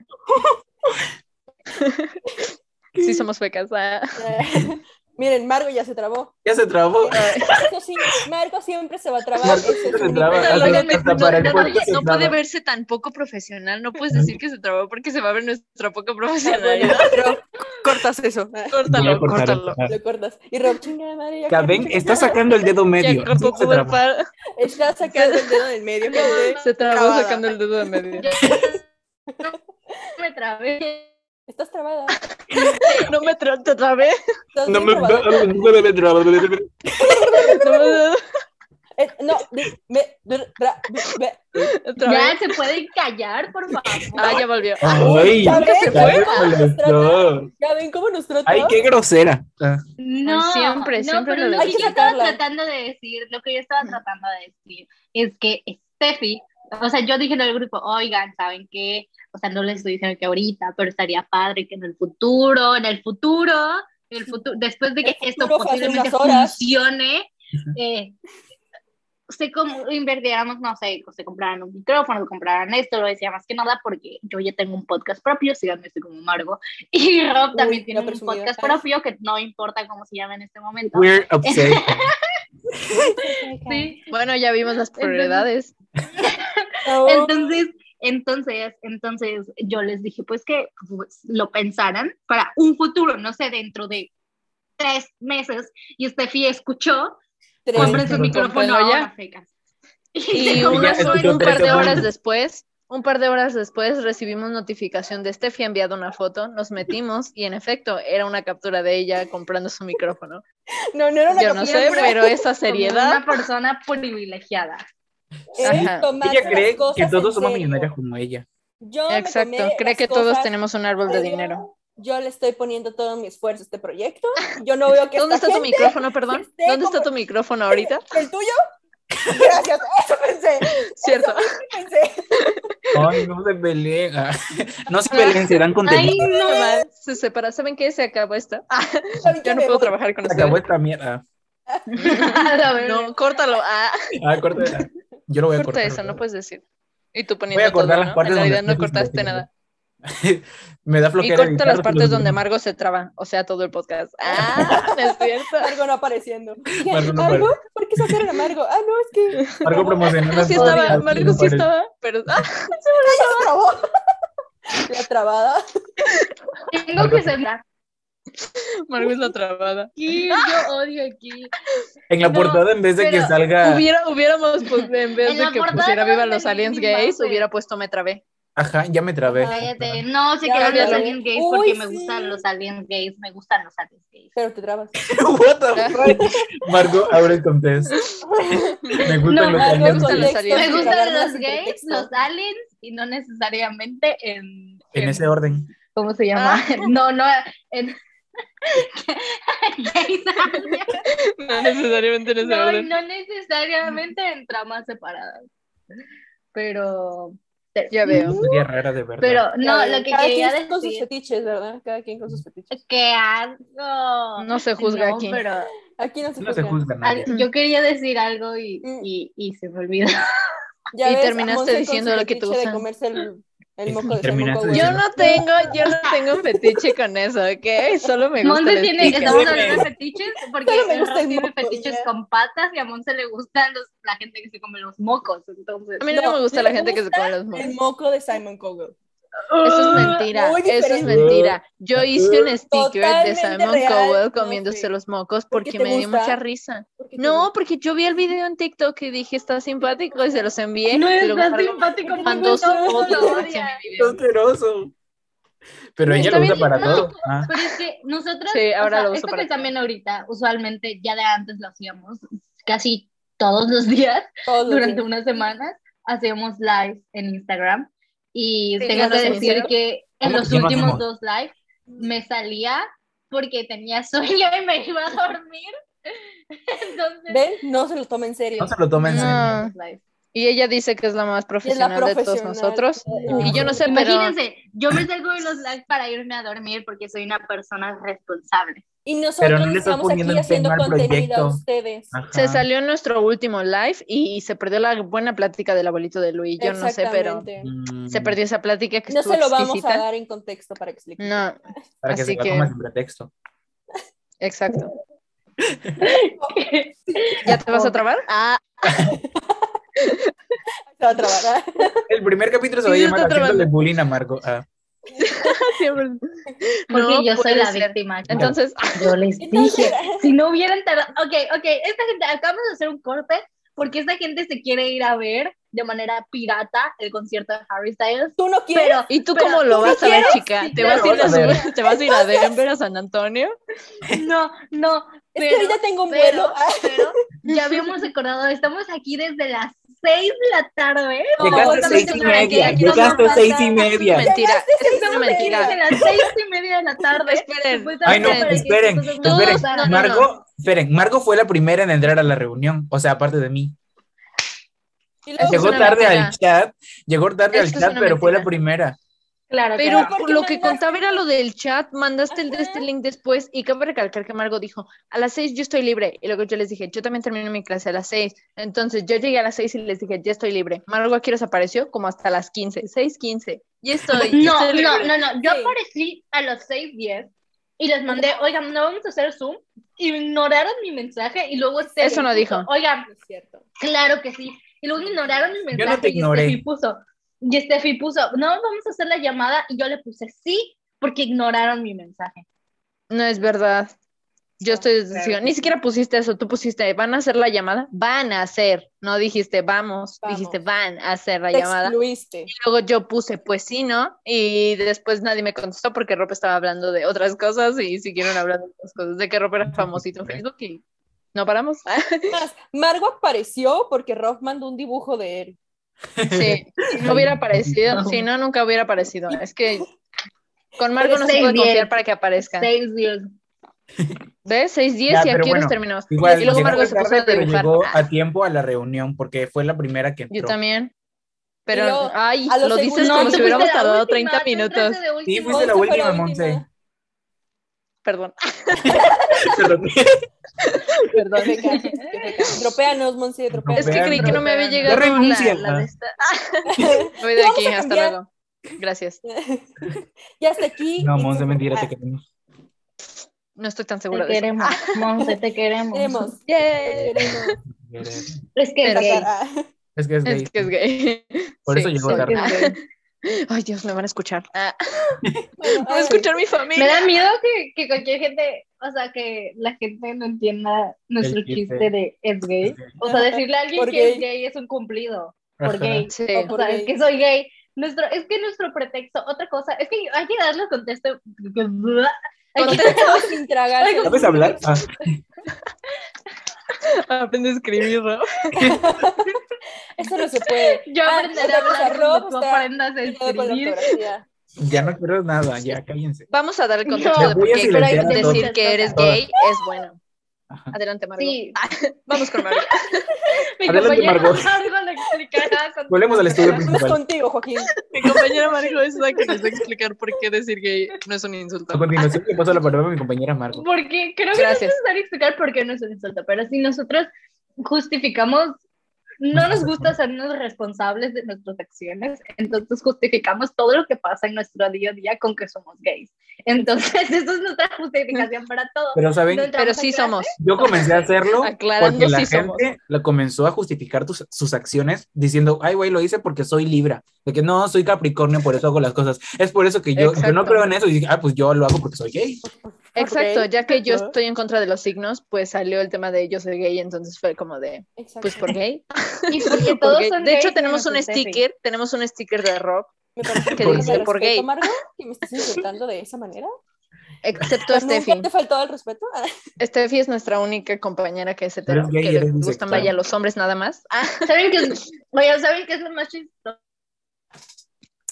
[SPEAKER 1] Sí, somos fecas. ah.
[SPEAKER 3] Miren, Margo ya se trabó.
[SPEAKER 2] Ya se trabó.
[SPEAKER 3] Eso sí, Margo siempre se va a trabar.
[SPEAKER 2] Margo
[SPEAKER 3] ese
[SPEAKER 2] siempre
[SPEAKER 3] es su
[SPEAKER 2] se
[SPEAKER 3] único
[SPEAKER 2] traba.
[SPEAKER 3] error.
[SPEAKER 2] Hasta-
[SPEAKER 1] Luego me-
[SPEAKER 2] hasta para el
[SPEAKER 1] no,
[SPEAKER 2] cuerpo
[SPEAKER 1] oye,
[SPEAKER 2] se
[SPEAKER 1] no puede
[SPEAKER 2] traba.
[SPEAKER 1] verse tan poco profesional. No puedes decir que se trabó porque se va a ver nuestra poca
[SPEAKER 3] Ah, bueno,
[SPEAKER 1] profesionalidad.
[SPEAKER 3] pero
[SPEAKER 6] Cortas eso.
[SPEAKER 2] Voy a
[SPEAKER 1] Córtalo,
[SPEAKER 2] cortar
[SPEAKER 1] córtalo.
[SPEAKER 2] esta.
[SPEAKER 3] lo cortas. Y Rob, chingada madre, ya
[SPEAKER 2] Caben
[SPEAKER 3] corté.
[SPEAKER 2] está sacando el dedo medio.
[SPEAKER 1] Ya cortó
[SPEAKER 2] Se
[SPEAKER 1] todo el
[SPEAKER 2] trabó.
[SPEAKER 1] par.
[SPEAKER 3] Está sacando el dedo del medio, gente.
[SPEAKER 1] Se trabó
[SPEAKER 3] Trabada.
[SPEAKER 1] sacando el dedo de medio.
[SPEAKER 5] Yo no me trabé.
[SPEAKER 3] Estás trabada.
[SPEAKER 1] No me tra te trabé.
[SPEAKER 3] Estás
[SPEAKER 2] No
[SPEAKER 3] bien
[SPEAKER 2] me
[SPEAKER 3] trabada.
[SPEAKER 1] No me
[SPEAKER 3] Eh, no, di- me- dur- ra- ve-
[SPEAKER 1] me trabé.
[SPEAKER 5] Ya se pueden callar, por favor.
[SPEAKER 1] Ah, ya volvió.
[SPEAKER 2] Ay,
[SPEAKER 3] Ya ven,
[SPEAKER 2] se
[SPEAKER 3] ya
[SPEAKER 2] fue.
[SPEAKER 3] ven cómo nos
[SPEAKER 2] molestó.
[SPEAKER 3] trata. Ya ven cómo nos trató.
[SPEAKER 2] Ay, qué grosera. Ah,
[SPEAKER 5] No,
[SPEAKER 1] siempre,
[SPEAKER 5] no,
[SPEAKER 1] siempre
[SPEAKER 5] pero
[SPEAKER 1] lo
[SPEAKER 5] lo que
[SPEAKER 3] decís.
[SPEAKER 5] yo
[SPEAKER 3] Hay que
[SPEAKER 5] estaba
[SPEAKER 3] sacarla.
[SPEAKER 5] tratando de decir, lo que yo estaba tratando de decir, es que Steffi, o sea, yo dije en el grupo, oigan, ¿saben qué? O sea, no les estoy diciendo que ahorita, pero estaría padre que en el futuro, en el futuro, en el futuro, después de que
[SPEAKER 3] El
[SPEAKER 5] esto
[SPEAKER 3] futuro fue hace
[SPEAKER 5] posiblemente
[SPEAKER 3] unas horas.
[SPEAKER 5] funcione, eh, se como invertiríamos, no sé, se compraran un micrófono, se compraran esto, lo decía más que nada porque yo ya tengo un podcast propio, síganme, estoy como Margo, y Rob
[SPEAKER 3] Uy,
[SPEAKER 5] también tiene
[SPEAKER 3] la
[SPEAKER 5] un
[SPEAKER 3] presumida.
[SPEAKER 5] podcast propio que no importa cómo se llama en este momento.
[SPEAKER 2] We're obsessed.
[SPEAKER 5] Sí.
[SPEAKER 1] Bueno, ya vimos las
[SPEAKER 5] Entonces-
[SPEAKER 1] prioridades.
[SPEAKER 3] No,
[SPEAKER 5] Entonces, entonces, entonces yo les dije pues que pues, lo pensaran para un futuro, no sé, dentro de tres meses, y Steffi escuchó,
[SPEAKER 3] tres.
[SPEAKER 5] compren su
[SPEAKER 2] Cómprenlo
[SPEAKER 5] micrófono
[SPEAKER 1] ya.
[SPEAKER 5] ahora, fecas.
[SPEAKER 1] Y
[SPEAKER 5] se
[SPEAKER 2] un-
[SPEAKER 1] unas-
[SPEAKER 5] compraron
[SPEAKER 2] escuchó
[SPEAKER 1] un par
[SPEAKER 2] tres
[SPEAKER 1] de horas
[SPEAKER 2] segundos.
[SPEAKER 1] después, un par de horas después recibimos notificación de Steffi ha enviado una foto, nos metimos y en efecto era una captura de ella comprando su micrófono.
[SPEAKER 3] No, no era una
[SPEAKER 1] Yo no sé,
[SPEAKER 3] costumbre.
[SPEAKER 1] pero esa
[SPEAKER 5] como
[SPEAKER 1] seriedad.
[SPEAKER 5] Una persona privilegiada.
[SPEAKER 3] Es
[SPEAKER 1] Ajá.
[SPEAKER 3] tomarse
[SPEAKER 2] Ella cree
[SPEAKER 3] las cosas
[SPEAKER 2] que todos
[SPEAKER 3] en
[SPEAKER 2] somos
[SPEAKER 3] serio.
[SPEAKER 2] millonarios como ella.
[SPEAKER 3] Yo me
[SPEAKER 1] Exacto,
[SPEAKER 3] tomé
[SPEAKER 1] cree
[SPEAKER 3] las
[SPEAKER 1] que todos
[SPEAKER 3] cosas
[SPEAKER 1] tenemos un
[SPEAKER 3] en
[SPEAKER 1] árbol de
[SPEAKER 3] serio.
[SPEAKER 1] dinero.
[SPEAKER 3] Yo le estoy poniendo todo mi esfuerzo a este proyecto. Yo no veo que
[SPEAKER 1] ¿Dónde
[SPEAKER 3] esta
[SPEAKER 1] está tu
[SPEAKER 3] gente-
[SPEAKER 1] micrófono, perdón?
[SPEAKER 3] esté
[SPEAKER 1] ¿Dónde está
[SPEAKER 3] como-
[SPEAKER 1] tu micrófono ahorita?
[SPEAKER 3] ¿El tuyo? Gracias, eso pensé.
[SPEAKER 1] Cierto.
[SPEAKER 3] pensé.
[SPEAKER 2] Ay, no se peleen. Ah, No se peleen, se dan
[SPEAKER 5] Ay,
[SPEAKER 2] contenido.
[SPEAKER 5] no.
[SPEAKER 1] Se separa. ¿Saben qué? Se acabó esta. Ah,
[SPEAKER 3] ¿Saben qué
[SPEAKER 1] ya no
[SPEAKER 3] me
[SPEAKER 1] puedo
[SPEAKER 3] voy?
[SPEAKER 1] trabajar con
[SPEAKER 2] Se acabó
[SPEAKER 1] ustedes.
[SPEAKER 2] esta mierda.
[SPEAKER 5] La verdad.
[SPEAKER 1] No, córtalo. Ah,
[SPEAKER 2] Ah, corta. Yo lo voy a
[SPEAKER 1] corta
[SPEAKER 2] cortar.
[SPEAKER 1] eso, no puedes decir. Y tú
[SPEAKER 2] Voy
[SPEAKER 1] poniendo
[SPEAKER 2] a
[SPEAKER 1] todo,
[SPEAKER 2] cortar las
[SPEAKER 1] ¿no? En
[SPEAKER 2] partes donde
[SPEAKER 1] realidad no
[SPEAKER 2] Steffi se
[SPEAKER 1] cortaste
[SPEAKER 2] defiende.
[SPEAKER 1] nada.
[SPEAKER 2] Me da
[SPEAKER 1] Y
[SPEAKER 2] flojera.
[SPEAKER 1] corta las
[SPEAKER 2] editar,
[SPEAKER 1] partes
[SPEAKER 2] pero-
[SPEAKER 1] donde Margo se traba, o sea, todo el podcast. Ah, no es cierto.
[SPEAKER 3] Margo no apareciendo.
[SPEAKER 2] Margo
[SPEAKER 3] Margo,
[SPEAKER 2] no
[SPEAKER 3] ¿Por qué sacaron a Margo? Ah, no, es que
[SPEAKER 2] Margo promocionó
[SPEAKER 1] Margo
[SPEAKER 2] las
[SPEAKER 1] sí
[SPEAKER 2] cosas
[SPEAKER 1] estaba,
[SPEAKER 2] que
[SPEAKER 1] Margo sí
[SPEAKER 2] aparecen.
[SPEAKER 1] estaba, pero ah,
[SPEAKER 3] se trabó. La trabada.
[SPEAKER 5] Tengo que sembrar.
[SPEAKER 1] Margo es la trabada.
[SPEAKER 5] Aquí, yo odio aquí.
[SPEAKER 2] En la
[SPEAKER 5] No,
[SPEAKER 2] portada, en vez de que
[SPEAKER 5] pero
[SPEAKER 2] salga.
[SPEAKER 1] Hubiera, hubiéramos, pues, en vez
[SPEAKER 5] En
[SPEAKER 1] de
[SPEAKER 5] la
[SPEAKER 1] que
[SPEAKER 5] portada
[SPEAKER 1] pusiera
[SPEAKER 5] no
[SPEAKER 1] viva
[SPEAKER 5] me
[SPEAKER 1] los aliens
[SPEAKER 5] sentí mal,
[SPEAKER 1] gays,
[SPEAKER 5] güey.
[SPEAKER 1] hubiera puesto me trabé.
[SPEAKER 2] Ajá, ya me trabé.
[SPEAKER 3] Ajá.
[SPEAKER 5] Cállate, no se
[SPEAKER 3] Ya,
[SPEAKER 5] crean
[SPEAKER 1] ya,
[SPEAKER 5] los
[SPEAKER 1] ya.
[SPEAKER 5] aliens gays
[SPEAKER 3] Uy,
[SPEAKER 5] porque me
[SPEAKER 3] sí.
[SPEAKER 5] gustan los aliens gays, me gustan los aliens gays.
[SPEAKER 3] Pero te trabas.
[SPEAKER 2] What the fuck? Margo, abre el contest. Me gustan
[SPEAKER 5] No,
[SPEAKER 2] los
[SPEAKER 3] Margo,
[SPEAKER 1] aliens.
[SPEAKER 2] aliens
[SPEAKER 1] Me gustan los
[SPEAKER 3] contexto,
[SPEAKER 1] aliens.
[SPEAKER 5] Me
[SPEAKER 1] que
[SPEAKER 5] gustan
[SPEAKER 3] trabar más
[SPEAKER 5] los
[SPEAKER 3] sin
[SPEAKER 5] gays,
[SPEAKER 3] pretexto.
[SPEAKER 5] los aliens y no necesariamente en,
[SPEAKER 2] en ese orden.
[SPEAKER 5] ¿cómo se llama? No, no, en gays aliens.
[SPEAKER 1] No necesariamente en ese
[SPEAKER 5] No, y
[SPEAKER 1] orden.
[SPEAKER 5] no necesariamente en tramas separadas. Pero
[SPEAKER 1] Ya veo.
[SPEAKER 2] Sería rara de verdad.
[SPEAKER 5] pero no,
[SPEAKER 3] Cada
[SPEAKER 5] lo que
[SPEAKER 3] quien
[SPEAKER 5] quería
[SPEAKER 3] con sus
[SPEAKER 5] decir
[SPEAKER 3] fetiches, ¿verdad? Cada quien con sus fetiches.
[SPEAKER 5] que algo
[SPEAKER 1] No se juzga
[SPEAKER 5] No,
[SPEAKER 1] aquí.
[SPEAKER 5] pero
[SPEAKER 3] Aquí no se
[SPEAKER 2] no se
[SPEAKER 3] juzga.
[SPEAKER 2] juzga a
[SPEAKER 5] al-
[SPEAKER 2] nadie.
[SPEAKER 5] yo quería decir algo y,
[SPEAKER 3] Mm.
[SPEAKER 5] y, y se me olvidó.
[SPEAKER 3] Ya
[SPEAKER 1] Y
[SPEAKER 3] ves, a
[SPEAKER 1] terminaste
[SPEAKER 3] Monse con
[SPEAKER 1] diciendo
[SPEAKER 3] su
[SPEAKER 1] lo que te
[SPEAKER 3] fetiche de
[SPEAKER 1] gusta.
[SPEAKER 3] comerse el
[SPEAKER 2] Es-
[SPEAKER 7] El moco de
[SPEAKER 2] terminaste
[SPEAKER 3] Pues
[SPEAKER 7] Samuco,
[SPEAKER 2] de-
[SPEAKER 1] Yo no tengo, yo no tengo un fetiche con eso, ¿ok? Solo me gusta.
[SPEAKER 5] Monse
[SPEAKER 1] el
[SPEAKER 5] tiene,
[SPEAKER 1] sticker.
[SPEAKER 5] estamos hablando de fetiches, porque
[SPEAKER 7] Solo me
[SPEAKER 5] el
[SPEAKER 7] gusta
[SPEAKER 5] Ross
[SPEAKER 7] el
[SPEAKER 5] tiene
[SPEAKER 7] moco,
[SPEAKER 5] fetiches
[SPEAKER 7] ya.
[SPEAKER 5] con patas y a Monse le gustan los- la gente que se come los mocos, entonces...
[SPEAKER 1] A mí no, me gusta la
[SPEAKER 7] me
[SPEAKER 1] gente que se
[SPEAKER 7] gusta
[SPEAKER 1] come los mocos.
[SPEAKER 7] El moco de Simon Cowell.
[SPEAKER 1] Eso
[SPEAKER 7] Ah,
[SPEAKER 1] es mentira,
[SPEAKER 7] muy
[SPEAKER 1] eso es
[SPEAKER 7] diferente.
[SPEAKER 1] mentira. Yo hice un sticker
[SPEAKER 7] Totalmente
[SPEAKER 1] de Simon
[SPEAKER 7] real,
[SPEAKER 1] Cowell
[SPEAKER 7] no,
[SPEAKER 1] comiéndose
[SPEAKER 7] sí.
[SPEAKER 1] los mocos
[SPEAKER 7] ¿Por qué
[SPEAKER 1] porque
[SPEAKER 7] te
[SPEAKER 1] me dio
[SPEAKER 7] gusta?
[SPEAKER 1] mucha risa.
[SPEAKER 7] ¿Por qué te
[SPEAKER 1] No,
[SPEAKER 7] gusta?
[SPEAKER 1] porque yo vi el video en TikTok y dije, está simpático y se los envié.
[SPEAKER 5] No
[SPEAKER 1] y
[SPEAKER 5] es
[SPEAKER 1] luego
[SPEAKER 5] tan
[SPEAKER 1] Fargo
[SPEAKER 5] simpático,
[SPEAKER 1] me
[SPEAKER 5] porque
[SPEAKER 1] mandó su
[SPEAKER 5] todo
[SPEAKER 1] foto.
[SPEAKER 5] lo
[SPEAKER 1] y
[SPEAKER 5] odia.
[SPEAKER 1] se me
[SPEAKER 2] Es
[SPEAKER 1] envió.
[SPEAKER 2] asqueroso. Pero
[SPEAKER 1] Sí,
[SPEAKER 2] ella
[SPEAKER 1] está
[SPEAKER 2] lo usa
[SPEAKER 1] bien
[SPEAKER 2] para
[SPEAKER 1] lindo.
[SPEAKER 2] todo. Ah,
[SPEAKER 5] Pero es que nosotros,
[SPEAKER 1] Sí, ahora
[SPEAKER 5] o sea,
[SPEAKER 1] lo uso
[SPEAKER 5] esto
[SPEAKER 1] para
[SPEAKER 5] que también ahorita, usualmente ya de antes lo hacíamos casi todos los días,
[SPEAKER 7] Todos los
[SPEAKER 5] durante
[SPEAKER 7] días.
[SPEAKER 5] unas semanas, hacíamos lives en Instagram y
[SPEAKER 1] Sí,
[SPEAKER 5] tengo
[SPEAKER 1] ya
[SPEAKER 5] que
[SPEAKER 1] nos
[SPEAKER 5] decir
[SPEAKER 1] avisaron.
[SPEAKER 5] que en
[SPEAKER 2] ¿Cómo
[SPEAKER 5] los
[SPEAKER 2] te llamas,
[SPEAKER 5] últimos
[SPEAKER 2] amor?
[SPEAKER 5] dos lives me salía porque tenía sueño y me iba a dormir. Entonces,
[SPEAKER 7] ¿Ven? No se lo toma en serio.
[SPEAKER 2] No se lo tomen en serio.
[SPEAKER 1] No.
[SPEAKER 5] los lives.
[SPEAKER 1] Y ella dice que es la más
[SPEAKER 7] Y es la
[SPEAKER 1] profesional, de todos
[SPEAKER 7] profesional.
[SPEAKER 1] nosotros. Y yo no sé, pero
[SPEAKER 5] Imagínense, yo me salgo de los lives para irme a dormir porque soy una persona responsable.
[SPEAKER 7] Y nosotros
[SPEAKER 2] Pero no le estás
[SPEAKER 7] estamos
[SPEAKER 2] poniendo
[SPEAKER 7] aquí
[SPEAKER 2] en
[SPEAKER 7] haciendo
[SPEAKER 2] tema al
[SPEAKER 7] contenido
[SPEAKER 2] proyecto. Ah.
[SPEAKER 7] a ustedes.
[SPEAKER 2] Ajá.
[SPEAKER 1] se salió en nuestro último live y se perdió la buena plática del abuelito de Luis. Yo no sé, pero
[SPEAKER 7] Exactamente.
[SPEAKER 2] Mm,
[SPEAKER 1] se perdió esa plática que
[SPEAKER 7] No
[SPEAKER 1] estuvo
[SPEAKER 7] se lo vamos
[SPEAKER 1] exquisita.
[SPEAKER 7] a dar en contexto para que explique.
[SPEAKER 1] No,
[SPEAKER 2] Para que
[SPEAKER 1] así
[SPEAKER 2] se la
[SPEAKER 1] que-
[SPEAKER 2] coma sin pretexto.
[SPEAKER 1] exacto. ¿Ya te vas a trabar? Ah,
[SPEAKER 7] Se va a trabar. ¿ah?
[SPEAKER 2] El primer capítulo se va a
[SPEAKER 1] Sí,
[SPEAKER 2] llamar
[SPEAKER 1] está
[SPEAKER 2] Haciéndole
[SPEAKER 1] trabando.
[SPEAKER 2] bullying a Marco. Ah,
[SPEAKER 1] siempre.
[SPEAKER 5] Porque
[SPEAKER 1] No
[SPEAKER 5] yo soy
[SPEAKER 1] puede
[SPEAKER 5] la
[SPEAKER 1] ser.
[SPEAKER 5] víctima. chicos.
[SPEAKER 1] Entonces,
[SPEAKER 5] Yo les
[SPEAKER 7] Entonces,
[SPEAKER 5] dije, si no hubieran tardado. Ok, ok, esta gente, acabamos de hacer un corte porque esta gente se quiere ir a ver de manera pirata el concierto de Harry Styles.
[SPEAKER 7] tú no quieres.
[SPEAKER 5] Pero,
[SPEAKER 1] ¿y tú
[SPEAKER 5] Pero,
[SPEAKER 1] cómo lo
[SPEAKER 7] ¿tú
[SPEAKER 1] vas
[SPEAKER 7] qué
[SPEAKER 1] a ver,
[SPEAKER 7] quieres?
[SPEAKER 1] chica?
[SPEAKER 7] Sí,
[SPEAKER 1] ¿Te,
[SPEAKER 7] claro.
[SPEAKER 1] vas a ir a,
[SPEAKER 2] Vamos a ver.
[SPEAKER 1] su- ¿Te vas a ir a Denver, a San Antonio?
[SPEAKER 5] no, no,
[SPEAKER 7] es que
[SPEAKER 5] pero,
[SPEAKER 7] ahorita tengo un
[SPEAKER 5] pero,
[SPEAKER 7] vuelo. Ah,
[SPEAKER 5] pero, ya habíamos acordado, estamos aquí desde las 6 de la tarde.
[SPEAKER 2] Llegaste a
[SPEAKER 5] Estamos
[SPEAKER 2] seis y
[SPEAKER 5] aquí
[SPEAKER 2] media.
[SPEAKER 5] aquí nos
[SPEAKER 2] Llegaste a
[SPEAKER 5] van
[SPEAKER 2] seis y
[SPEAKER 5] pasando.
[SPEAKER 2] media.
[SPEAKER 1] Mentira, es una
[SPEAKER 5] Estamos aquí desde
[SPEAKER 1] mentira.
[SPEAKER 5] las seis y media de la tarde.
[SPEAKER 1] Esperen.
[SPEAKER 5] supuestamente
[SPEAKER 2] Ay, no,
[SPEAKER 5] para que
[SPEAKER 2] esperen,
[SPEAKER 5] estas cosas no
[SPEAKER 2] esperen.
[SPEAKER 5] pasaran.
[SPEAKER 1] no, no.
[SPEAKER 2] Marco, esperen, Marco fue la primera en entrar a la reunión. O sea, aparte de mí.
[SPEAKER 7] y luego-
[SPEAKER 1] Es
[SPEAKER 2] Llegó
[SPEAKER 1] una
[SPEAKER 2] tarde
[SPEAKER 1] mentira.
[SPEAKER 2] al chat. Llegó tarde
[SPEAKER 1] Eso
[SPEAKER 2] al
[SPEAKER 1] es
[SPEAKER 2] chat,
[SPEAKER 1] una
[SPEAKER 2] pero fue la
[SPEAKER 1] mentira.
[SPEAKER 2] primera.
[SPEAKER 5] Claro,
[SPEAKER 1] Pero
[SPEAKER 5] claro.
[SPEAKER 1] por
[SPEAKER 7] Porque
[SPEAKER 1] lo que
[SPEAKER 7] mandaste-
[SPEAKER 1] contaba era lo del chat, mandaste el de este
[SPEAKER 7] Ajá.
[SPEAKER 1] link después y cabe recalcar que Margo dijo, a las seis yo estoy libre. Y luego yo les dije, yo también termino mi clase a las seis. Entonces yo llegué a las seis y les dije, ya estoy libre. Margo aquí los apareció como hasta las 15, 6.15. Y estoy... ya
[SPEAKER 5] No,
[SPEAKER 1] estoy
[SPEAKER 5] no,
[SPEAKER 1] libre.
[SPEAKER 5] no, no. Yo
[SPEAKER 7] Sí.
[SPEAKER 5] aparecí a los 6:10 y les mandé, oigan, no vamos a hacer Zoom. Ignoraron mi mensaje y luego Steffi
[SPEAKER 1] Eso no
[SPEAKER 5] puso,
[SPEAKER 1] dijo.
[SPEAKER 5] Oigan,
[SPEAKER 7] No es cierto.
[SPEAKER 5] claro que sí. Y luego ignoraron mi mensaje
[SPEAKER 2] te ignoré.
[SPEAKER 5] y Steffi puso, y Steffi puso, no vamos a hacer la llamada y yo le puse sí porque ignoraron mi mensaje.
[SPEAKER 1] No es verdad. Yo estoy desde
[SPEAKER 5] claro.
[SPEAKER 1] Ni siquiera pusiste eso, tú pusiste, ¿van a hacer la llamada? Van a hacer. No dijiste, vamos,
[SPEAKER 7] Vamos.
[SPEAKER 1] dijiste, van a hacer la
[SPEAKER 7] Te
[SPEAKER 1] llamada.
[SPEAKER 7] excluiste.
[SPEAKER 1] Y luego yo puse, pues sí, ¿no? Y después nadie me contestó porque Rope estaba hablando de otras cosas y siguieron hablando de otras cosas, de que Rope era famosito en Facebook y no paramos.
[SPEAKER 7] Más, Margo apareció porque Rob mandó un dibujo de él.
[SPEAKER 1] Sí, si no hubiera aparecido, si no, nunca hubiera aparecido. Es que con Margo no se puede confiar para que aparezca.
[SPEAKER 5] 6:10.
[SPEAKER 1] ¿Ves? 6.10
[SPEAKER 2] Ya,
[SPEAKER 1] y
[SPEAKER 2] pero
[SPEAKER 1] aquí
[SPEAKER 2] bueno,
[SPEAKER 1] nos terminamos.
[SPEAKER 2] Igual,
[SPEAKER 1] y luego
[SPEAKER 2] llegó
[SPEAKER 1] Margo se puso
[SPEAKER 2] tarde,
[SPEAKER 1] a
[SPEAKER 2] pero
[SPEAKER 1] dibujar.
[SPEAKER 2] llegó
[SPEAKER 1] Ah,
[SPEAKER 2] a tiempo a la reunión porque fue la primera que entró.
[SPEAKER 1] yo también. Pero,
[SPEAKER 7] Y luego,
[SPEAKER 1] ay,
[SPEAKER 7] a
[SPEAKER 1] lo,
[SPEAKER 7] los
[SPEAKER 1] dices
[SPEAKER 7] segundos-
[SPEAKER 5] No,
[SPEAKER 1] como si
[SPEAKER 5] tú
[SPEAKER 7] fuiste
[SPEAKER 1] hubiéramos
[SPEAKER 5] fuiste la
[SPEAKER 1] tardado
[SPEAKER 5] última,
[SPEAKER 1] 30
[SPEAKER 5] tú
[SPEAKER 1] minutos.
[SPEAKER 5] entraste de
[SPEAKER 2] Sí,
[SPEAKER 5] último.
[SPEAKER 2] fuiste la
[SPEAKER 7] Monse fue
[SPEAKER 2] última,
[SPEAKER 7] la
[SPEAKER 2] Monse.
[SPEAKER 7] última.
[SPEAKER 1] Perdón,
[SPEAKER 2] Pero-
[SPEAKER 1] perdón.
[SPEAKER 7] Qué pecado, qué pecado. Dropéanos, Monse, dropéanos.
[SPEAKER 1] Es que
[SPEAKER 2] Vean,
[SPEAKER 1] creí que no me había
[SPEAKER 2] vean.
[SPEAKER 1] llegado
[SPEAKER 2] Ya renuncia.
[SPEAKER 1] la, la de esta. Voy de
[SPEAKER 7] Ya vamos
[SPEAKER 1] aquí,
[SPEAKER 7] a
[SPEAKER 1] hasta
[SPEAKER 7] cambiar.
[SPEAKER 1] luego. Gracias.
[SPEAKER 7] Y hasta aquí.
[SPEAKER 2] No,
[SPEAKER 7] Y-
[SPEAKER 2] Monse, mentira,
[SPEAKER 7] Ah,
[SPEAKER 2] te queremos.
[SPEAKER 1] No estoy tan
[SPEAKER 5] Te
[SPEAKER 1] segura de eso.
[SPEAKER 5] queremos, Monse, te queremos.
[SPEAKER 7] Queremos.
[SPEAKER 1] Yay.
[SPEAKER 7] Queremos.
[SPEAKER 5] Es que
[SPEAKER 1] Pero-
[SPEAKER 5] es gay.
[SPEAKER 7] Ah,
[SPEAKER 2] Es que es gay.
[SPEAKER 1] Es que es gay.
[SPEAKER 2] Por eso llegó
[SPEAKER 5] Es que
[SPEAKER 2] tarde.
[SPEAKER 5] es gay.
[SPEAKER 1] Ay, Dios, me van a escuchar. Ah,
[SPEAKER 7] bueno,
[SPEAKER 1] me va a
[SPEAKER 7] ay,
[SPEAKER 1] escuchar mi
[SPEAKER 5] Me
[SPEAKER 1] familia.
[SPEAKER 5] da miedo que, que cualquier gente, o sea, que la gente no entienda nuestro
[SPEAKER 2] El chiste.
[SPEAKER 5] chiste. de es gay. O sea, decirle a alguien
[SPEAKER 7] Por
[SPEAKER 5] que es
[SPEAKER 7] gay.
[SPEAKER 5] gay es un cumplido.
[SPEAKER 2] Ajá.
[SPEAKER 5] Por gay.
[SPEAKER 1] Sí.
[SPEAKER 5] O sea, es que soy gay. Nuestro, es que nuestro pretexto, otra cosa, es que hay que darle contexto. Hay que-
[SPEAKER 7] Contexto sin tragar.
[SPEAKER 5] Ay,
[SPEAKER 2] ¿Sabes hablar? Ah,
[SPEAKER 1] Aprende a escribir, ¿no?
[SPEAKER 7] Eso no se puede.
[SPEAKER 5] Yo
[SPEAKER 7] Ah,
[SPEAKER 5] aprenderé
[SPEAKER 7] otra
[SPEAKER 5] a
[SPEAKER 7] cosa,
[SPEAKER 5] hablar cuando
[SPEAKER 7] Rob
[SPEAKER 5] tú
[SPEAKER 7] está
[SPEAKER 5] aprendas a
[SPEAKER 7] peleado con la
[SPEAKER 5] escribir.
[SPEAKER 7] ortografía.
[SPEAKER 2] ya no quiero nada, ya cállense.
[SPEAKER 1] Vamos a dar el contexto
[SPEAKER 5] No,
[SPEAKER 1] de
[SPEAKER 2] voy
[SPEAKER 1] por
[SPEAKER 2] a
[SPEAKER 1] qué
[SPEAKER 2] silenciar
[SPEAKER 5] a todos.
[SPEAKER 1] decir que eres
[SPEAKER 2] Todas.
[SPEAKER 1] gay es bueno.
[SPEAKER 2] Ajá.
[SPEAKER 1] Adelante, Margot.
[SPEAKER 5] Sí,
[SPEAKER 7] Ah.
[SPEAKER 1] Vamos con Margot.
[SPEAKER 5] mi
[SPEAKER 2] Adelante,
[SPEAKER 5] compañero
[SPEAKER 2] Margot.
[SPEAKER 5] Margot lo explicará con-
[SPEAKER 2] Volvemos al estudio
[SPEAKER 7] Vamos
[SPEAKER 2] principal.
[SPEAKER 7] contigo, Joaquín.
[SPEAKER 1] Mi compañera Margot es la que nos va a explicar por qué decir gay no es un insulto.
[SPEAKER 2] A continuación le paso la palabra a mi compañera Marco.
[SPEAKER 5] Porque creo que
[SPEAKER 1] Gracias.
[SPEAKER 5] no es necesario explicar por qué no es un insulto, pero si nosotros justificamos no nos gusta sernos responsables de nuestras acciones, entonces justificamos todo lo que pasa en nuestro día a día con que somos gays. Entonces, eso es nuestra justificación para todo.
[SPEAKER 2] Pero saben,
[SPEAKER 5] No entramos
[SPEAKER 1] Pero
[SPEAKER 5] a
[SPEAKER 1] sí
[SPEAKER 5] clase,
[SPEAKER 1] somos.
[SPEAKER 2] yo comencé a hacerlo
[SPEAKER 1] Aclarando,
[SPEAKER 2] porque la
[SPEAKER 1] sí somos.
[SPEAKER 2] gente lo comenzó a justificar tus- sus acciones diciendo, ay, güey, lo hice porque soy Libra, de que no, soy Capricornio, por eso hago las cosas. Es por eso que yo, yo no
[SPEAKER 1] Exacto.
[SPEAKER 2] creo en eso y dije, ah, pues yo lo hago porque soy gay.
[SPEAKER 1] Exacto,
[SPEAKER 7] Ok.
[SPEAKER 1] ya que yo
[SPEAKER 7] Ajá.
[SPEAKER 1] estoy en contra de los signos, pues salió el tema de yo soy gay, entonces fue como de,
[SPEAKER 7] Exacto.
[SPEAKER 1] pues por gay.
[SPEAKER 5] Y porque
[SPEAKER 1] por
[SPEAKER 5] todos
[SPEAKER 1] gay.
[SPEAKER 5] son
[SPEAKER 1] De
[SPEAKER 5] gays,
[SPEAKER 1] hecho, tenemos
[SPEAKER 5] menos
[SPEAKER 1] un
[SPEAKER 5] el Tefi.
[SPEAKER 1] sticker, tenemos un sticker de Rob,
[SPEAKER 7] me parece
[SPEAKER 1] que
[SPEAKER 7] que
[SPEAKER 2] dice
[SPEAKER 7] dice
[SPEAKER 1] por
[SPEAKER 7] por
[SPEAKER 1] gay.
[SPEAKER 7] gay. Margo, que me estás insultando de esa manera.
[SPEAKER 1] excepto a Steffi.
[SPEAKER 7] ¿Nunca te faltó el respeto? Ah,
[SPEAKER 1] Steffi es nuestra única compañera que es hetero,
[SPEAKER 2] Eres gay
[SPEAKER 1] que
[SPEAKER 2] y
[SPEAKER 1] le
[SPEAKER 2] eres
[SPEAKER 1] gustan
[SPEAKER 2] bisexual.
[SPEAKER 1] vaya los hombres nada más. Ah,
[SPEAKER 5] ¿Saben qué es, oigan, ¿saben qué es lo más chistoso?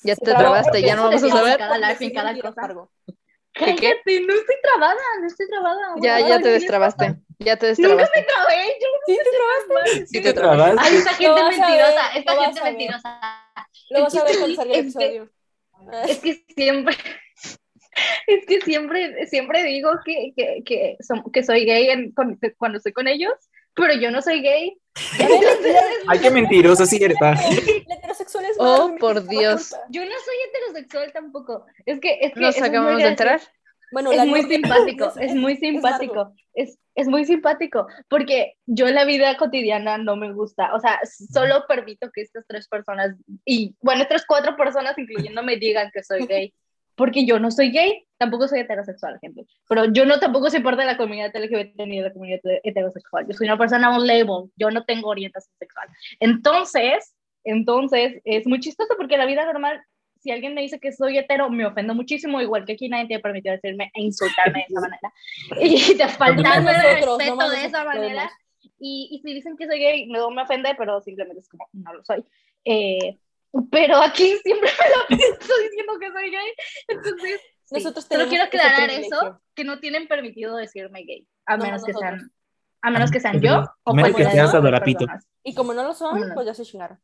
[SPEAKER 1] ya
[SPEAKER 7] Sí,
[SPEAKER 1] te
[SPEAKER 7] claro,
[SPEAKER 1] trabaste,
[SPEAKER 7] porque
[SPEAKER 1] ya no
[SPEAKER 7] eso
[SPEAKER 1] vamos a
[SPEAKER 7] te
[SPEAKER 1] saber.
[SPEAKER 5] cada live,
[SPEAKER 7] Porque
[SPEAKER 5] en cada
[SPEAKER 7] sí,
[SPEAKER 5] cosa.
[SPEAKER 7] Margo.
[SPEAKER 1] ¿Qué, qué?
[SPEAKER 5] Cállate, no estoy trabada, no estoy trabada.
[SPEAKER 1] Ya,
[SPEAKER 5] Bueno,
[SPEAKER 1] ya
[SPEAKER 5] ahora
[SPEAKER 1] te
[SPEAKER 5] sí,
[SPEAKER 1] destrabaste, ya te
[SPEAKER 5] Nunca me
[SPEAKER 1] destrabaste.
[SPEAKER 5] trabé, yo
[SPEAKER 7] Sí, te trabaste.
[SPEAKER 1] Sí
[SPEAKER 5] no sí,
[SPEAKER 1] te
[SPEAKER 2] trabas?
[SPEAKER 5] Ay, esta gente
[SPEAKER 7] vas a ver,
[SPEAKER 5] mentirosa,
[SPEAKER 7] lo
[SPEAKER 5] esta
[SPEAKER 7] vas
[SPEAKER 5] gente
[SPEAKER 7] a ver.
[SPEAKER 5] mentirosa.
[SPEAKER 7] Lo vas a ver cuando
[SPEAKER 5] Sí,
[SPEAKER 7] salga el
[SPEAKER 5] es que-
[SPEAKER 7] episodio. Ah,
[SPEAKER 5] Es que siempre, es que siempre, siempre digo que, que, que, som- que soy gay en- con- cuando estoy con ellos, pero yo no soy gay.
[SPEAKER 2] Ay, qué mentiroso, sí, ah. ¿verdad?
[SPEAKER 7] La heterosexual es
[SPEAKER 1] Oh,
[SPEAKER 7] malo,
[SPEAKER 1] por
[SPEAKER 7] no
[SPEAKER 1] Dios.
[SPEAKER 7] culpa.
[SPEAKER 5] Yo no soy heterosexual tampoco. Es que, es que
[SPEAKER 1] Nos
[SPEAKER 5] eso es muy
[SPEAKER 1] acabamos de
[SPEAKER 5] gracioso.
[SPEAKER 1] enterar.
[SPEAKER 7] Bueno, la
[SPEAKER 5] Es muy
[SPEAKER 7] Norte-
[SPEAKER 5] simpático,
[SPEAKER 7] es-
[SPEAKER 5] es muy simpático, es, es muy simpático, porque yo en la vida cotidiana no me gusta, o sea, solo permito que estas tres personas, y bueno, estas cuatro personas incluyéndome digan que soy gay, porque yo no soy gay, tampoco soy heterosexual, gente, pero yo no tampoco soy parte de la comunidad LGBT ni de la comunidad heterosexual, yo soy una persona un label, yo no tengo orientación sexual. Entonces, entonces, es muy chistoso porque en la vida normal si alguien me dice que soy hetero, me ofendo muchísimo, igual que aquí nadie te permitió decirme e insultarme de esa manera. Y te
[SPEAKER 7] Más
[SPEAKER 5] faltan el
[SPEAKER 7] nosotros,
[SPEAKER 5] respeto
[SPEAKER 7] no más
[SPEAKER 5] de esa
[SPEAKER 7] nosotros
[SPEAKER 5] manera.
[SPEAKER 7] podemos.
[SPEAKER 5] Y, y si dicen que soy gay, no me ofende, pero simplemente es como, no lo soy. Eh, pero aquí siempre me lo estoy diciendo que soy gay. Entonces, sí.
[SPEAKER 7] Nosotros
[SPEAKER 5] solo
[SPEAKER 7] tenemos
[SPEAKER 5] quiero
[SPEAKER 7] ese
[SPEAKER 5] aclarar
[SPEAKER 7] privilegio.
[SPEAKER 5] eso, que no tienen permitido decirme gay, a
[SPEAKER 7] No,
[SPEAKER 5] menos que
[SPEAKER 7] nosotros.
[SPEAKER 5] sean... A menos que sean yo o
[SPEAKER 2] A menos que
[SPEAKER 5] cualquiera de
[SPEAKER 7] seas
[SPEAKER 5] las otras
[SPEAKER 2] Adorapito.
[SPEAKER 5] personas.
[SPEAKER 7] Y como no lo son,
[SPEAKER 5] Ujú.
[SPEAKER 7] pues ya se chingaron.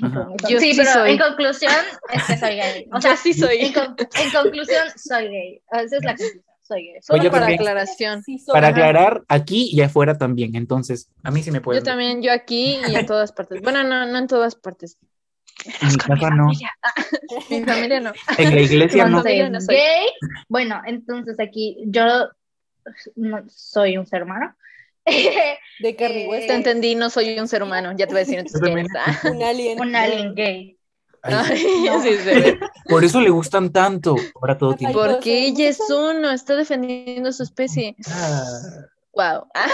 [SPEAKER 2] Ajá.
[SPEAKER 1] Yo
[SPEAKER 5] sí,
[SPEAKER 1] sí
[SPEAKER 5] pero
[SPEAKER 1] soy.
[SPEAKER 5] en conclusión es que soy gay. O sea,
[SPEAKER 1] Yo sí
[SPEAKER 5] En,
[SPEAKER 1] soy.
[SPEAKER 5] con- en conclusión, soy gay. Ah, Esa es la conclusión, soy gay.
[SPEAKER 1] Solo
[SPEAKER 2] Oye, pues
[SPEAKER 1] para
[SPEAKER 2] también.
[SPEAKER 1] aclaración.
[SPEAKER 7] Sí, son-
[SPEAKER 2] Para
[SPEAKER 7] Ajá.
[SPEAKER 2] aclarar, aquí y afuera también, entonces, a mí sí me pueden.
[SPEAKER 1] Yo también, yo aquí y en todas partes. Bueno, no, no en todas partes.
[SPEAKER 2] En mi casa no,
[SPEAKER 1] Mi familia no.
[SPEAKER 2] en la iglesia no.
[SPEAKER 1] Cuando-
[SPEAKER 5] Entonces,
[SPEAKER 1] Yo no soy.
[SPEAKER 5] gay. Bueno, entonces aquí yo no soy un ser humano.
[SPEAKER 7] De Carrie West.
[SPEAKER 5] Eh,
[SPEAKER 1] Te entendí, no soy un ser humano. Ya te voy a decir entonces
[SPEAKER 2] Yo
[SPEAKER 1] quién
[SPEAKER 2] también.
[SPEAKER 1] eres. Ah,
[SPEAKER 7] Eh, Un alien.
[SPEAKER 5] un alien gay.
[SPEAKER 2] Ay,
[SPEAKER 1] ay,
[SPEAKER 5] No.
[SPEAKER 1] sí, se ve.
[SPEAKER 2] por eso le gustan tanto. Ahora todo tiene.
[SPEAKER 7] Ay,
[SPEAKER 1] Porque
[SPEAKER 7] Entonces,
[SPEAKER 1] ella es uno, está defendiendo su especie.
[SPEAKER 2] Ah.
[SPEAKER 1] Wow. Ah,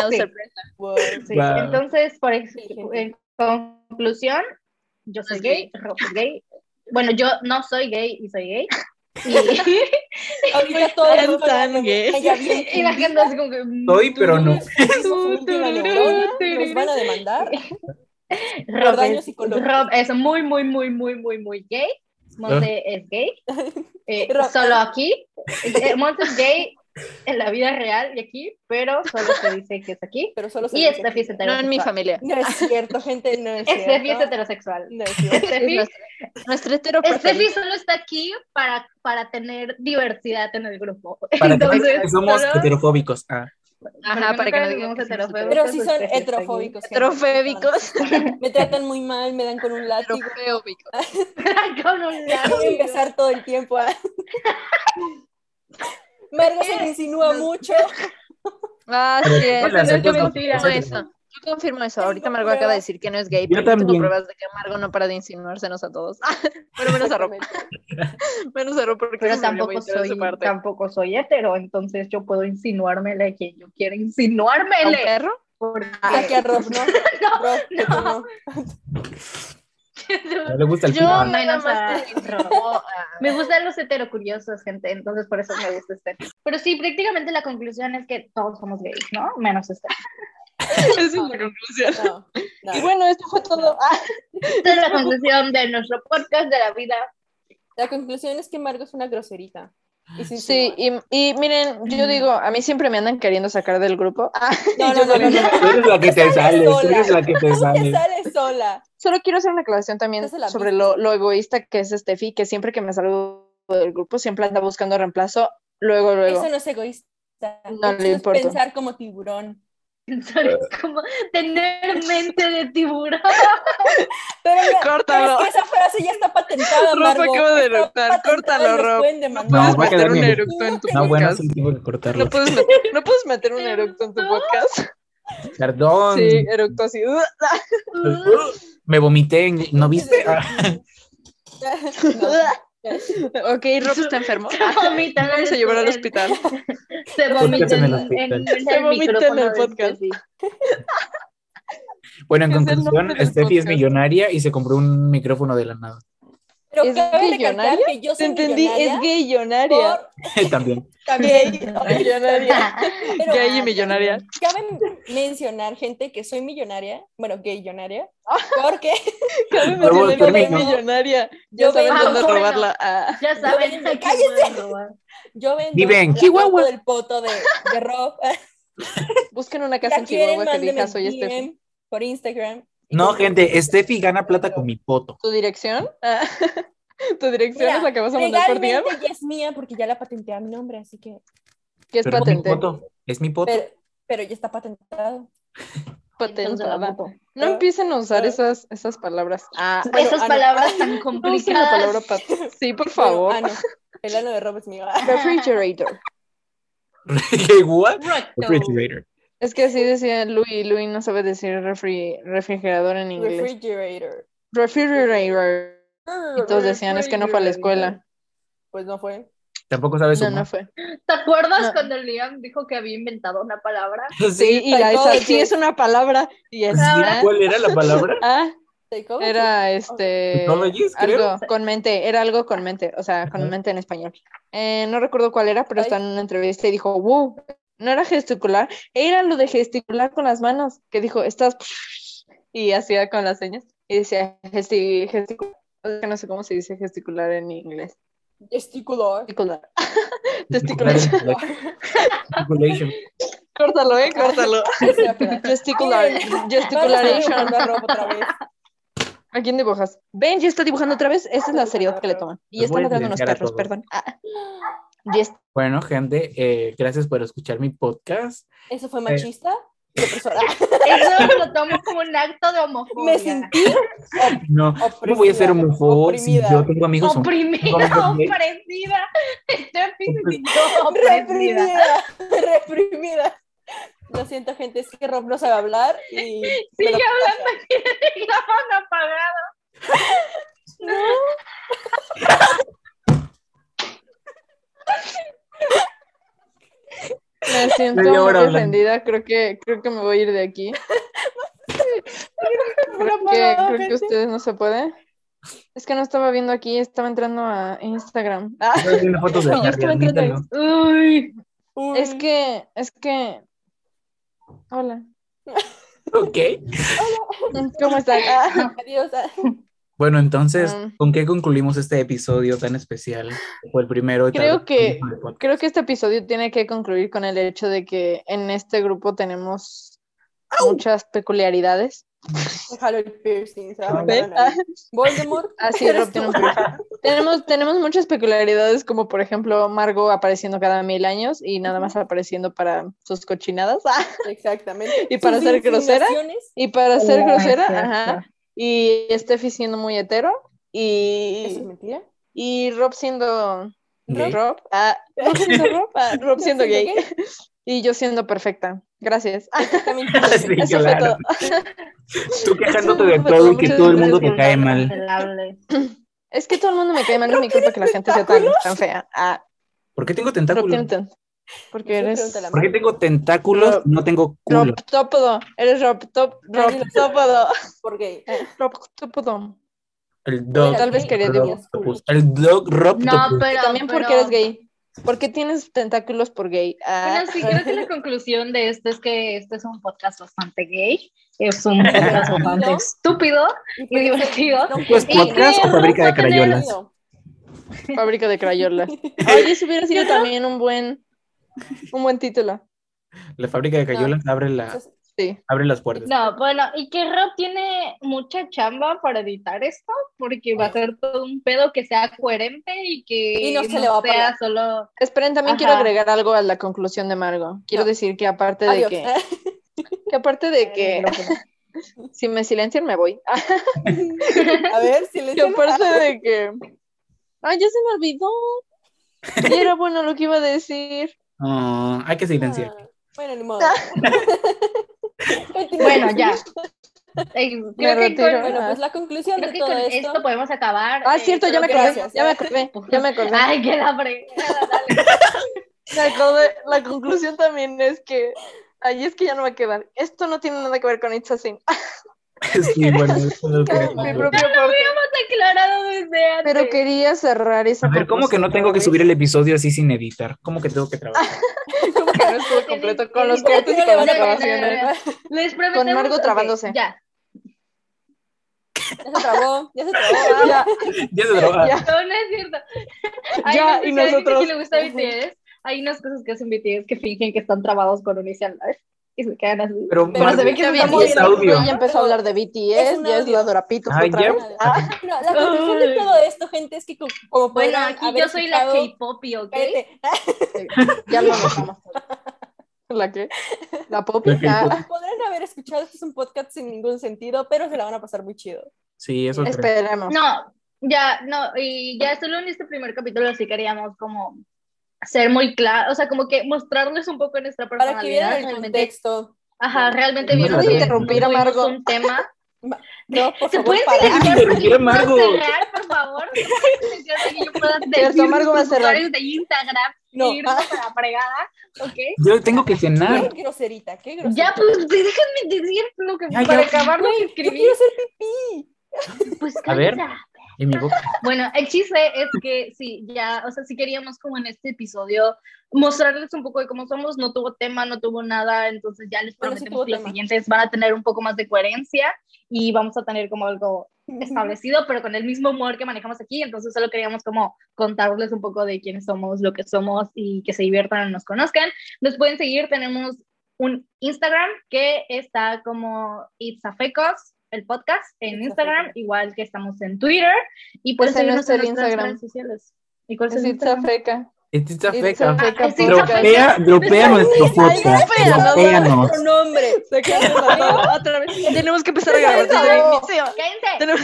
[SPEAKER 1] wow,
[SPEAKER 5] Sí.
[SPEAKER 1] sorpresa.
[SPEAKER 7] Wow.
[SPEAKER 5] Sí,
[SPEAKER 2] Wow.
[SPEAKER 5] Entonces, por ex-
[SPEAKER 7] Inteligente.
[SPEAKER 5] en conclusión, yo soy
[SPEAKER 1] Es
[SPEAKER 5] gay,
[SPEAKER 1] gay.
[SPEAKER 5] Rob es gay. Bueno, yo no soy gay y soy gay. Y,
[SPEAKER 7] Ahorita todo
[SPEAKER 1] Eres
[SPEAKER 7] el mundo
[SPEAKER 1] tan
[SPEAKER 7] hablando,
[SPEAKER 1] gay.
[SPEAKER 7] ella bien
[SPEAKER 5] y la gente así como que...
[SPEAKER 1] "Mm,
[SPEAKER 2] Soy, pero no.
[SPEAKER 7] misma neurona, nos van a demandar. Por
[SPEAKER 5] Rob
[SPEAKER 7] daños
[SPEAKER 5] es,
[SPEAKER 7] psicológicos.
[SPEAKER 5] Rob es muy, muy, muy, muy, muy, muy gay. Monte
[SPEAKER 2] Ah.
[SPEAKER 5] es gay. Eh,
[SPEAKER 7] Rob- ah.
[SPEAKER 5] solo aquí. Eh, Monte es gay en la vida real y aquí, pero solo se dice que es aquí.
[SPEAKER 7] Pero solo se
[SPEAKER 5] Y
[SPEAKER 7] dice.
[SPEAKER 5] Steffi es
[SPEAKER 1] No
[SPEAKER 5] heterosexual.
[SPEAKER 1] en mi familia.
[SPEAKER 7] No es cierto, gente, no es cierto.
[SPEAKER 5] Steffi es heterosexual.
[SPEAKER 7] No es cierto.
[SPEAKER 5] Steffi,
[SPEAKER 1] Nuestro hetero
[SPEAKER 5] Steffi
[SPEAKER 1] preferido.
[SPEAKER 5] solo está aquí para, para tener diversidad en el grupo.
[SPEAKER 2] Para que
[SPEAKER 5] Entonces,
[SPEAKER 2] vean que somos
[SPEAKER 5] solo-
[SPEAKER 2] heterofóbicos. Ah,
[SPEAKER 1] Ajá, para que no
[SPEAKER 5] somos
[SPEAKER 1] digan que somos
[SPEAKER 5] heterofóbicos.
[SPEAKER 7] Pero sí son
[SPEAKER 5] Steffi está aquí.
[SPEAKER 7] heterofóbicos. gente.
[SPEAKER 1] Heterofóbicos.
[SPEAKER 7] Me tratan muy mal, me dan con un látigo.
[SPEAKER 1] Heterofóbicos.
[SPEAKER 5] Con un
[SPEAKER 7] Ay, Voy a
[SPEAKER 5] látigo.
[SPEAKER 7] empezar todo el tiempo. ah. Margo se le insinúa mucho.
[SPEAKER 1] Ah,
[SPEAKER 2] Pero
[SPEAKER 1] sí,
[SPEAKER 2] igual las
[SPEAKER 1] es. Yo
[SPEAKER 2] otras no.
[SPEAKER 1] confirmo eso. Yo confirmo eso. Ahorita Margo acaba de decir que no es gay,
[SPEAKER 2] Yo
[SPEAKER 1] pero yo tengo
[SPEAKER 2] también.
[SPEAKER 1] pruebas de que Margo no para de insinuársenos a todos. bueno, menos a Rob. Menos a Rob porque siempre le voy
[SPEAKER 5] Pero
[SPEAKER 1] a
[SPEAKER 5] tampoco
[SPEAKER 1] enterar
[SPEAKER 5] soy,
[SPEAKER 1] su parte.
[SPEAKER 5] tampoco soy hetero, entonces yo puedo insinuármele a quien yo quiera
[SPEAKER 1] ¿A un
[SPEAKER 5] insinuármele.
[SPEAKER 1] perro?
[SPEAKER 5] porque-
[SPEAKER 7] Aquí a Rob, ¿no? Rob, que tú no.
[SPEAKER 2] no le gusta el
[SPEAKER 1] Yo
[SPEAKER 2] fútbol.
[SPEAKER 1] nada
[SPEAKER 5] Menos
[SPEAKER 1] más
[SPEAKER 5] a
[SPEAKER 1] te digo,
[SPEAKER 5] Rob.
[SPEAKER 1] ah,
[SPEAKER 5] Me gustan los heterocuriosos, gente, entonces por eso me gusta este. Pero sí, prácticamente la conclusión es que todos somos gays, ¿no? Menos este.
[SPEAKER 1] Esa es la conclusión.
[SPEAKER 7] No, no.
[SPEAKER 1] Y bueno, esto fue todo. Ah,
[SPEAKER 5] Esta es la conclusión de nuestro podcast de la vida.
[SPEAKER 7] La conclusión es que Margo es una groserita. Y se
[SPEAKER 1] Sí, y, y miren, yo digo, a mí siempre me andan queriendo sacar del grupo. Ah,
[SPEAKER 7] insinúa.
[SPEAKER 1] yo
[SPEAKER 7] no, no, no, no, no,
[SPEAKER 2] Tú eres la que te sale, tú
[SPEAKER 7] sola.
[SPEAKER 2] eres la que te
[SPEAKER 7] Te
[SPEAKER 2] sale.
[SPEAKER 7] sale sola.
[SPEAKER 1] solo quiero hacer una aclaración también
[SPEAKER 7] Estás a la
[SPEAKER 1] sobre
[SPEAKER 7] misma.
[SPEAKER 1] lo, lo egoísta que es Steffi, que siempre que me salgo del grupo siempre anda buscando reemplazo. Luego, luego.
[SPEAKER 7] Eso no es egoísta.
[SPEAKER 1] No
[SPEAKER 7] Eso
[SPEAKER 1] le
[SPEAKER 7] es
[SPEAKER 1] importa.
[SPEAKER 7] pensar como tiburón.
[SPEAKER 5] pensar es como tener mente de tiburón.
[SPEAKER 3] Pero mira,
[SPEAKER 1] Córtalo.
[SPEAKER 3] pero es que esa frase ya está patentada,
[SPEAKER 1] Rob
[SPEAKER 3] Margo.
[SPEAKER 1] acaba de
[SPEAKER 3] Está
[SPEAKER 1] eructar.
[SPEAKER 3] patentada y
[SPEAKER 1] Córtalo,
[SPEAKER 3] nos
[SPEAKER 1] Rob.
[SPEAKER 3] pueden demandar.
[SPEAKER 1] puedes
[SPEAKER 2] No, va a
[SPEAKER 1] meter
[SPEAKER 2] quedar
[SPEAKER 1] un
[SPEAKER 2] bien.
[SPEAKER 1] eructo en tu
[SPEAKER 2] No, bueno,
[SPEAKER 1] podcast.
[SPEAKER 2] sí tengo que cortarlo.
[SPEAKER 1] No puedes, meter, no puedes meter un eructo en tu
[SPEAKER 8] ¿Eructo?
[SPEAKER 1] podcast.
[SPEAKER 2] Perdón,
[SPEAKER 1] pues, Sí, eructo así.
[SPEAKER 2] me vomité, ¿no viste? Ah,
[SPEAKER 3] No,
[SPEAKER 1] Ok, Rob está enfermo.
[SPEAKER 5] Se vomita este en el-
[SPEAKER 1] Vamos a llevar
[SPEAKER 3] Pues,
[SPEAKER 1] al hospital.
[SPEAKER 5] Se vomita
[SPEAKER 2] Podcast en
[SPEAKER 5] en,
[SPEAKER 2] el
[SPEAKER 5] en-
[SPEAKER 2] hospital.
[SPEAKER 5] en
[SPEAKER 1] Se
[SPEAKER 5] el
[SPEAKER 1] vomita en
[SPEAKER 5] micrófono
[SPEAKER 1] el
[SPEAKER 5] de
[SPEAKER 1] podcast.
[SPEAKER 5] Steffi.
[SPEAKER 2] Bueno, en
[SPEAKER 1] Es el nombre
[SPEAKER 2] conclusión,
[SPEAKER 1] del
[SPEAKER 2] Steffi es
[SPEAKER 1] podcast.
[SPEAKER 2] millonaria y se compró un micrófono de la nada.
[SPEAKER 3] Pero
[SPEAKER 1] ¿Es
[SPEAKER 3] cabe recalcar
[SPEAKER 1] millonaria?
[SPEAKER 3] que yo
[SPEAKER 1] Te
[SPEAKER 3] soy
[SPEAKER 1] entendí, es
[SPEAKER 3] millonaria
[SPEAKER 1] gay-yonaria.
[SPEAKER 3] por-
[SPEAKER 2] También.
[SPEAKER 3] también,
[SPEAKER 1] Millonaria.
[SPEAKER 3] pero-
[SPEAKER 1] Gay y millonaria.
[SPEAKER 3] Cabe mencionar, gente, que soy millonaria, bueno, millonaria, porque
[SPEAKER 1] Cabe
[SPEAKER 2] Luego
[SPEAKER 1] mencionar que es
[SPEAKER 2] termino.
[SPEAKER 1] millonaria. Ya
[SPEAKER 3] Yo
[SPEAKER 1] saben
[SPEAKER 3] vengo-
[SPEAKER 1] dónde
[SPEAKER 5] Ah, bueno.
[SPEAKER 1] robarla. Ah,
[SPEAKER 5] Ya saben,
[SPEAKER 3] Cállate.
[SPEAKER 5] aquí pueden robar.
[SPEAKER 3] yo vendo
[SPEAKER 2] Vive en
[SPEAKER 3] la
[SPEAKER 2] Chihuahua.
[SPEAKER 3] foto del poto de, de Rob.
[SPEAKER 1] Busquen una casa
[SPEAKER 3] La
[SPEAKER 1] en
[SPEAKER 3] quieren,
[SPEAKER 1] Chihuahua que
[SPEAKER 3] mándenme
[SPEAKER 1] diga soy este Steffi.
[SPEAKER 3] DM por Instagram.
[SPEAKER 2] No, gente, Steffi gana plata con mi poto.
[SPEAKER 1] ¿Tu dirección? Ah, ¿Tu dirección
[SPEAKER 3] Mira,
[SPEAKER 1] es la que vas a mandar por DM?
[SPEAKER 3] Legalmente ya es mía porque ya la patenté a mi nombre, así que...
[SPEAKER 1] Que es
[SPEAKER 2] Pero es mi
[SPEAKER 1] patente.
[SPEAKER 2] poto. Es mi poto.
[SPEAKER 3] Pero, pero ya está patentado.
[SPEAKER 1] Patentada. No
[SPEAKER 3] Pero-
[SPEAKER 1] empiecen a usar
[SPEAKER 3] pero-
[SPEAKER 1] esas, esas palabras. Ah, ah, no,
[SPEAKER 5] Esas
[SPEAKER 1] ah, no.
[SPEAKER 5] palabras tan
[SPEAKER 1] No usen la
[SPEAKER 5] complicadas.
[SPEAKER 1] palabra pat- Sí, por
[SPEAKER 3] Bueno,
[SPEAKER 1] favor.
[SPEAKER 3] ah, no, El ano de Rob es mío.
[SPEAKER 1] Refrigerator.
[SPEAKER 2] ¿Qué, what?
[SPEAKER 5] Recto.
[SPEAKER 2] Refrigerator.
[SPEAKER 1] Es que así decía Louis. Louis no sabe decir refri- refrigerador en inglés.
[SPEAKER 3] Refrigerator. Ah,
[SPEAKER 1] Refrigerator. Y todos decían, es que no fue a la escuela.
[SPEAKER 3] Pues no fue.
[SPEAKER 2] Tampoco sabes
[SPEAKER 1] No,
[SPEAKER 2] sumar.
[SPEAKER 1] no fue.
[SPEAKER 5] ¿Te acuerdas
[SPEAKER 1] No.
[SPEAKER 5] cuando Liam dijo que había inventado una palabra?
[SPEAKER 1] Sí, y la esa sí es una palabra. Y
[SPEAKER 2] Sí,
[SPEAKER 1] esa
[SPEAKER 2] Pues ¿Cuál era la palabra?
[SPEAKER 1] ah,
[SPEAKER 2] pues,
[SPEAKER 3] Takeover.
[SPEAKER 1] era este
[SPEAKER 2] Technologies, creo.
[SPEAKER 1] algo con mente, era algo con mente, o sea, con
[SPEAKER 2] Ajá.
[SPEAKER 1] mente en español. Eh, no recuerdo cuál era, pero
[SPEAKER 3] Ay.
[SPEAKER 1] estaba en una entrevista y dijo, wow, no era gesticular, era lo de gesticular con las manos, que dijo, estás y hacía con las señas y decía gesti- gesticular. O sea, no sé cómo se dice gesticular en inglés.
[SPEAKER 3] Gesticular.
[SPEAKER 1] Gesticular. Gesticular.
[SPEAKER 2] Articulation.
[SPEAKER 1] Córtalo, eh, córtalo.
[SPEAKER 3] Ese era para-
[SPEAKER 1] Gesticular. Gesticularation.
[SPEAKER 3] Vamos a Rob otra vez.
[SPEAKER 1] ¿A quién dibujas? Ven, ya está dibujando otra vez. Esta es la seriedad que le toman. Y
[SPEAKER 2] Los Pues voy
[SPEAKER 1] están ladrando
[SPEAKER 2] a
[SPEAKER 1] unos
[SPEAKER 2] silenciar a
[SPEAKER 1] perros,
[SPEAKER 2] todos.
[SPEAKER 1] perdón. Ah. Y es-
[SPEAKER 2] Bueno, gente, eh, gracias por escuchar mi podcast.
[SPEAKER 3] ¿Eso fue machista? Profesora.
[SPEAKER 5] Eso lo tomo como un acto de homofobia.
[SPEAKER 3] Me sentí
[SPEAKER 2] No,
[SPEAKER 3] oprimida.
[SPEAKER 2] no voy a ser homófobo si
[SPEAKER 3] oprimida.
[SPEAKER 2] yo tengo amigos homófobos.
[SPEAKER 5] Oprimida,
[SPEAKER 2] Vamos,
[SPEAKER 5] opresida. Steffi se
[SPEAKER 2] Opres-
[SPEAKER 5] sintió oprimida.
[SPEAKER 3] Reprimida. Reprimida. Lo siento, gente, es que Rob no sabe hablar y...
[SPEAKER 5] Sigue
[SPEAKER 3] me lo-
[SPEAKER 5] hablando aquí de micrófono apagado.
[SPEAKER 1] me siento muy
[SPEAKER 2] Media hora hablando.
[SPEAKER 1] ofendida. Creo que, creo que me voy a ir de aquí. Creo que, creo que ustedes no se pueden. Es que no estaba viendo aquí, estaba entrando a Instagram. Ah,
[SPEAKER 2] Estoy viendo fotos de
[SPEAKER 1] Yo
[SPEAKER 2] Harry,
[SPEAKER 1] estuve entre
[SPEAKER 2] admítelo.
[SPEAKER 5] Uy.
[SPEAKER 3] Uy.
[SPEAKER 1] es que, es que. Hola.
[SPEAKER 2] Ok.
[SPEAKER 1] ¿Cómo están? Ah,
[SPEAKER 3] Adiós.
[SPEAKER 2] Bueno, entonces,
[SPEAKER 1] Mm.
[SPEAKER 2] ¿con qué concluimos este episodio tan especial? Fue el primero. y tal
[SPEAKER 1] Creo
[SPEAKER 2] vez
[SPEAKER 1] que-
[SPEAKER 2] el último del podcast.
[SPEAKER 1] Creo que este episodio tiene que concluir con el hecho de que en este grupo tenemos muchas peculiaridades. Ah,
[SPEAKER 3] Déjalo el piercing. se va a
[SPEAKER 2] ¿Ve?
[SPEAKER 3] mandar a la nariz. Voldemort.
[SPEAKER 1] Así
[SPEAKER 3] eres
[SPEAKER 1] Ah, Rob tiene un
[SPEAKER 3] tú.
[SPEAKER 1] Tenemos, tenemos muchas peculiaridades, como por ejemplo Margo apareciendo cada mil años y nada más apareciendo para sus cochinadas ah,
[SPEAKER 3] Exactamente.
[SPEAKER 1] Y para
[SPEAKER 3] Sus
[SPEAKER 1] ser grosera.
[SPEAKER 3] insinuaciones.
[SPEAKER 1] y para ser
[SPEAKER 5] Ah,
[SPEAKER 1] grosera,
[SPEAKER 5] cierto.
[SPEAKER 1] ajá, y Steffi siendo muy hetero
[SPEAKER 3] Eso es
[SPEAKER 1] y,
[SPEAKER 3] mentira.
[SPEAKER 1] y Rob siendo
[SPEAKER 2] Gay.
[SPEAKER 1] Rob, ah, Rob siendo Rob, ah, Rob siendo
[SPEAKER 3] siendo
[SPEAKER 1] gay y yo siendo perfecta. Gracias.
[SPEAKER 3] Exactamente.
[SPEAKER 2] Sí,
[SPEAKER 1] Eso fue
[SPEAKER 2] claro.
[SPEAKER 1] todo.
[SPEAKER 2] Tú quejándote de
[SPEAKER 1] Eso fue
[SPEAKER 2] todo y
[SPEAKER 1] todo.
[SPEAKER 2] que
[SPEAKER 1] Muchas
[SPEAKER 2] todo el mundo te
[SPEAKER 1] gracias.
[SPEAKER 2] cae mal.
[SPEAKER 5] Cancelables.
[SPEAKER 1] Es que todo el mundo me cae mal, no es mi culpa que la gente sea tan, tan fea. Ah,
[SPEAKER 2] ¿Por qué tengo
[SPEAKER 1] Rob
[SPEAKER 2] tentáculos?
[SPEAKER 1] tiene ten- Porque
[SPEAKER 3] Sí,
[SPEAKER 1] eres
[SPEAKER 3] pregúntale a
[SPEAKER 2] ¿Por qué tengo tentáculos?
[SPEAKER 1] Rob-
[SPEAKER 2] No tengo culo.
[SPEAKER 1] Roptópodo, eres Roptop,
[SPEAKER 3] Nadie lo sabe.
[SPEAKER 1] Roptópodo,
[SPEAKER 3] Por gay.
[SPEAKER 1] Eh, Roptópodo.
[SPEAKER 2] El dog.
[SPEAKER 1] Tal vez quería decir
[SPEAKER 2] octopus. El dog Rob
[SPEAKER 5] No,
[SPEAKER 2] octopus.
[SPEAKER 5] pero.
[SPEAKER 1] También porque
[SPEAKER 5] pero-
[SPEAKER 1] eres gay. ¿Por qué tienes tentáculos por gay? Ah,
[SPEAKER 5] Bueno, sí, creo que la conclusión de esto es que este es un podcast bastante gay, es un podcast bastante estúpido y divertido.
[SPEAKER 2] Pues
[SPEAKER 5] Y que
[SPEAKER 2] podcast o fabrica de
[SPEAKER 5] Rosa Menel-
[SPEAKER 2] crayolas.
[SPEAKER 1] fábrica de crayolas. Oye, eso hubiera sido también un buen, un buen título.
[SPEAKER 2] La fábrica de crayolas abre, la,
[SPEAKER 3] Entonces,
[SPEAKER 1] Sí.
[SPEAKER 2] abre las
[SPEAKER 1] Pues,
[SPEAKER 2] puertas.
[SPEAKER 5] No, bueno, y que Rob tiene mucha chamba para editar esto, porque va a ser todo un pedo que sea coherente y que
[SPEAKER 3] Y no se le va a
[SPEAKER 5] sea
[SPEAKER 3] parar.
[SPEAKER 5] solo.
[SPEAKER 1] Esperen, también
[SPEAKER 5] Ajá.
[SPEAKER 1] quiero agregar algo a la conclusión de Margo. Quiero
[SPEAKER 3] No.
[SPEAKER 1] decir que aparte de
[SPEAKER 3] Adiós.
[SPEAKER 1] que Que aparte de que si me silencian me voy.
[SPEAKER 3] A ver,
[SPEAKER 1] Que
[SPEAKER 3] silencio.
[SPEAKER 1] aparte de que... Ay, ya se me olvidó. Y era bueno lo que iba a decir.
[SPEAKER 2] Ah, hay que silenciar.
[SPEAKER 1] Ah,
[SPEAKER 3] Bueno, ni modo.
[SPEAKER 5] Bueno, ya. Eh, creo
[SPEAKER 1] Me
[SPEAKER 5] que con-
[SPEAKER 1] retiro.
[SPEAKER 5] creo
[SPEAKER 3] Bueno, pues la conclusión de
[SPEAKER 5] que
[SPEAKER 3] todo
[SPEAKER 5] con esto,
[SPEAKER 3] esto.
[SPEAKER 5] podemos acabar.
[SPEAKER 1] Ah,
[SPEAKER 5] eh,
[SPEAKER 1] cierto, ya
[SPEAKER 5] creo
[SPEAKER 1] me
[SPEAKER 5] que-
[SPEAKER 1] acordé,
[SPEAKER 3] gracias,
[SPEAKER 1] ya me acordé, ya me acordé.
[SPEAKER 5] Ay, qué la fregada, dale.
[SPEAKER 1] Me acordé. La conclusión también es que... Ahí es que ya no va a quedar. Esto no tiene nada que ver con It's a Sin.
[SPEAKER 2] Sí, bueno, eso es lo que me
[SPEAKER 1] Mi
[SPEAKER 2] concluye.
[SPEAKER 1] propio podcast.
[SPEAKER 5] Aclarado desde antes.
[SPEAKER 1] Pero quería cerrar esa
[SPEAKER 2] A ver, ¿cómo que no tengo que subir el episodio así sin editar? ¿Cómo que tengo que trabajar?
[SPEAKER 1] Como que no estuvo completo con los cortes y
[SPEAKER 3] No
[SPEAKER 1] con
[SPEAKER 3] le
[SPEAKER 1] las
[SPEAKER 3] van a
[SPEAKER 1] grabaciones.
[SPEAKER 3] poner-
[SPEAKER 5] Les prometemos.
[SPEAKER 1] Margo
[SPEAKER 5] ok,
[SPEAKER 1] trabándose.
[SPEAKER 5] Ya.
[SPEAKER 3] Ya se trabó, ya se trabó.
[SPEAKER 1] Ya,
[SPEAKER 2] Ya se trabaja.
[SPEAKER 1] ya.
[SPEAKER 5] No, no es cierto. Hay
[SPEAKER 1] Ya, y
[SPEAKER 5] veces que a alguien
[SPEAKER 1] nosotros-
[SPEAKER 5] que le gusta BTS, hay unas cosas que hacen BTS que fingen que están trabados con un inicial live y se quedan así.
[SPEAKER 2] Pero,
[SPEAKER 3] Pero
[SPEAKER 2] Marvel,
[SPEAKER 3] se ve que se
[SPEAKER 2] también
[SPEAKER 3] está
[SPEAKER 2] es
[SPEAKER 3] moviendo.
[SPEAKER 2] audio.
[SPEAKER 1] Ella empezó a hablar de BTS,
[SPEAKER 3] Es un
[SPEAKER 1] ya es
[SPEAKER 3] audio.
[SPEAKER 1] la Dorapitos
[SPEAKER 2] Ah,
[SPEAKER 1] otra
[SPEAKER 2] ya.
[SPEAKER 1] vez.
[SPEAKER 3] No, la conclusión de todo esto, gente, es que co- como
[SPEAKER 5] Bueno,
[SPEAKER 3] podrán
[SPEAKER 5] aquí
[SPEAKER 3] haber
[SPEAKER 5] yo soy la
[SPEAKER 3] escuchado-
[SPEAKER 5] K-Poppy, ¿ok?
[SPEAKER 3] Cállate.
[SPEAKER 1] Ya lo notamos. ¿La qué? La Poppy.
[SPEAKER 2] La que-
[SPEAKER 1] Ah,
[SPEAKER 3] Podrán haber escuchado, esto es un podcast sin ningún sentido, pero se la van a pasar muy chido.
[SPEAKER 2] Sí, eso creo.
[SPEAKER 1] esperemos.
[SPEAKER 5] No, ya, no, y ya solo en este primer capítulo sí queríamos como ser muy claros, o sea, como que mostrarles un poco nuestra
[SPEAKER 3] Para que vieran
[SPEAKER 5] personalidad.
[SPEAKER 3] el
[SPEAKER 5] realmente,
[SPEAKER 3] contexto.
[SPEAKER 5] ajá, realmente
[SPEAKER 2] No
[SPEAKER 5] vieron
[SPEAKER 2] me
[SPEAKER 5] que
[SPEAKER 1] interrumpir,
[SPEAKER 5] no tuvimos
[SPEAKER 1] Amargo.
[SPEAKER 5] un tema.
[SPEAKER 3] No, por
[SPEAKER 5] ¿Se
[SPEAKER 3] favor,
[SPEAKER 5] pueden
[SPEAKER 3] para.
[SPEAKER 2] Tienes que interrumpir a Margo.
[SPEAKER 5] cerrar, por favor? Para que yo pueda
[SPEAKER 1] Cierto,
[SPEAKER 5] decir
[SPEAKER 1] Amargo va a
[SPEAKER 5] sus
[SPEAKER 1] cerrar.
[SPEAKER 5] usuarios de Instagram
[SPEAKER 3] No,
[SPEAKER 5] e irnos a la fregada, ¿ok?
[SPEAKER 2] Yo tengo que
[SPEAKER 3] qué
[SPEAKER 5] Ah.
[SPEAKER 2] cenar.
[SPEAKER 3] groserita, qué groserita.
[SPEAKER 5] Ya, pues déjenme decir lo que
[SPEAKER 2] Ya,
[SPEAKER 5] para
[SPEAKER 2] ya.
[SPEAKER 5] acabar lo que
[SPEAKER 3] Yo
[SPEAKER 5] escribí.
[SPEAKER 3] quiero hacer pipí.
[SPEAKER 5] Pues
[SPEAKER 2] A ver.
[SPEAKER 5] cállate.
[SPEAKER 2] En mi boca.
[SPEAKER 5] Bueno, el chiste es que sí, ya, o sea, sí queríamos como en este episodio mostrarles un poco de cómo somos, no tuvo tema, no tuvo nada, entonces ya les
[SPEAKER 3] Bueno, sí
[SPEAKER 5] prometemos
[SPEAKER 3] tuvo
[SPEAKER 5] que los
[SPEAKER 3] tema.
[SPEAKER 5] siguientes van a tener un poco más de coherencia y vamos a tener como algo establecido, pero con el mismo humor que manejamos aquí, entonces solo queríamos como contarles un poco de quiénes somos, lo que somos y que se diviertan y nos conozcan. Nos pueden seguir, tenemos un Instagram que está como It's a Fecos, el podcast en
[SPEAKER 3] It's a
[SPEAKER 5] Instagram,
[SPEAKER 3] Fecos.
[SPEAKER 5] igual que estamos en Twitter y pueden
[SPEAKER 1] Ese no
[SPEAKER 5] seguirnos
[SPEAKER 1] es el
[SPEAKER 5] en nuestras
[SPEAKER 1] Instagram.
[SPEAKER 5] redes sociales. ¿Y cuál es
[SPEAKER 1] Es
[SPEAKER 5] el
[SPEAKER 1] It's a
[SPEAKER 5] Instagram?
[SPEAKER 1] feca.
[SPEAKER 2] Estita
[SPEAKER 1] It's
[SPEAKER 2] feca.
[SPEAKER 1] a feca
[SPEAKER 5] Ah, es It's a
[SPEAKER 1] podcast.
[SPEAKER 5] feca.
[SPEAKER 2] Dropea, dropea nuestro podcast. Dropeanos.
[SPEAKER 3] Tu nombre.
[SPEAKER 1] Se quedaron las dos. Otra vez. Tenemos que empezar a grabar desde el inicio.
[SPEAKER 5] ¡Cállense!
[SPEAKER 1] Tenemos,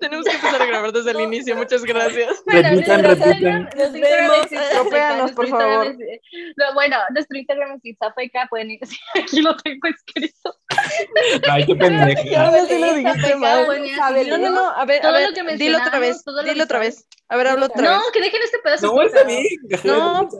[SPEAKER 1] tenemos que empezar a grabar desde el inicio. Muchas gracias.
[SPEAKER 5] Bueno,
[SPEAKER 2] Repitan,
[SPEAKER 5] nuestro
[SPEAKER 2] repitan.
[SPEAKER 5] Instagram- nuestro
[SPEAKER 3] Nos
[SPEAKER 5] Instagram
[SPEAKER 3] vemos.
[SPEAKER 5] es It's a Feca,
[SPEAKER 1] Tropéanos,
[SPEAKER 5] nuestro
[SPEAKER 1] por
[SPEAKER 5] Instagram
[SPEAKER 1] favor.
[SPEAKER 5] es- no, bueno, nuestro Instagram es Itzafeca, pueden ir, aquí lo tengo escrito.
[SPEAKER 2] Ay, qué pendeja.
[SPEAKER 1] Ahora sí lo
[SPEAKER 3] Esa
[SPEAKER 1] dijiste
[SPEAKER 3] feca,
[SPEAKER 1] mal.
[SPEAKER 5] buena.
[SPEAKER 3] Sábelo.
[SPEAKER 1] No, no, no. A ver, a
[SPEAKER 5] Todo
[SPEAKER 1] ver.
[SPEAKER 5] lo que
[SPEAKER 1] Dilo otra vez.
[SPEAKER 5] mencionamos, todo lo
[SPEAKER 1] Dilo otra vez. A ver, hablo otra
[SPEAKER 5] No,
[SPEAKER 1] vez.
[SPEAKER 5] que dejen este pedazo.
[SPEAKER 2] No, está bien.
[SPEAKER 5] escuchado.
[SPEAKER 1] No.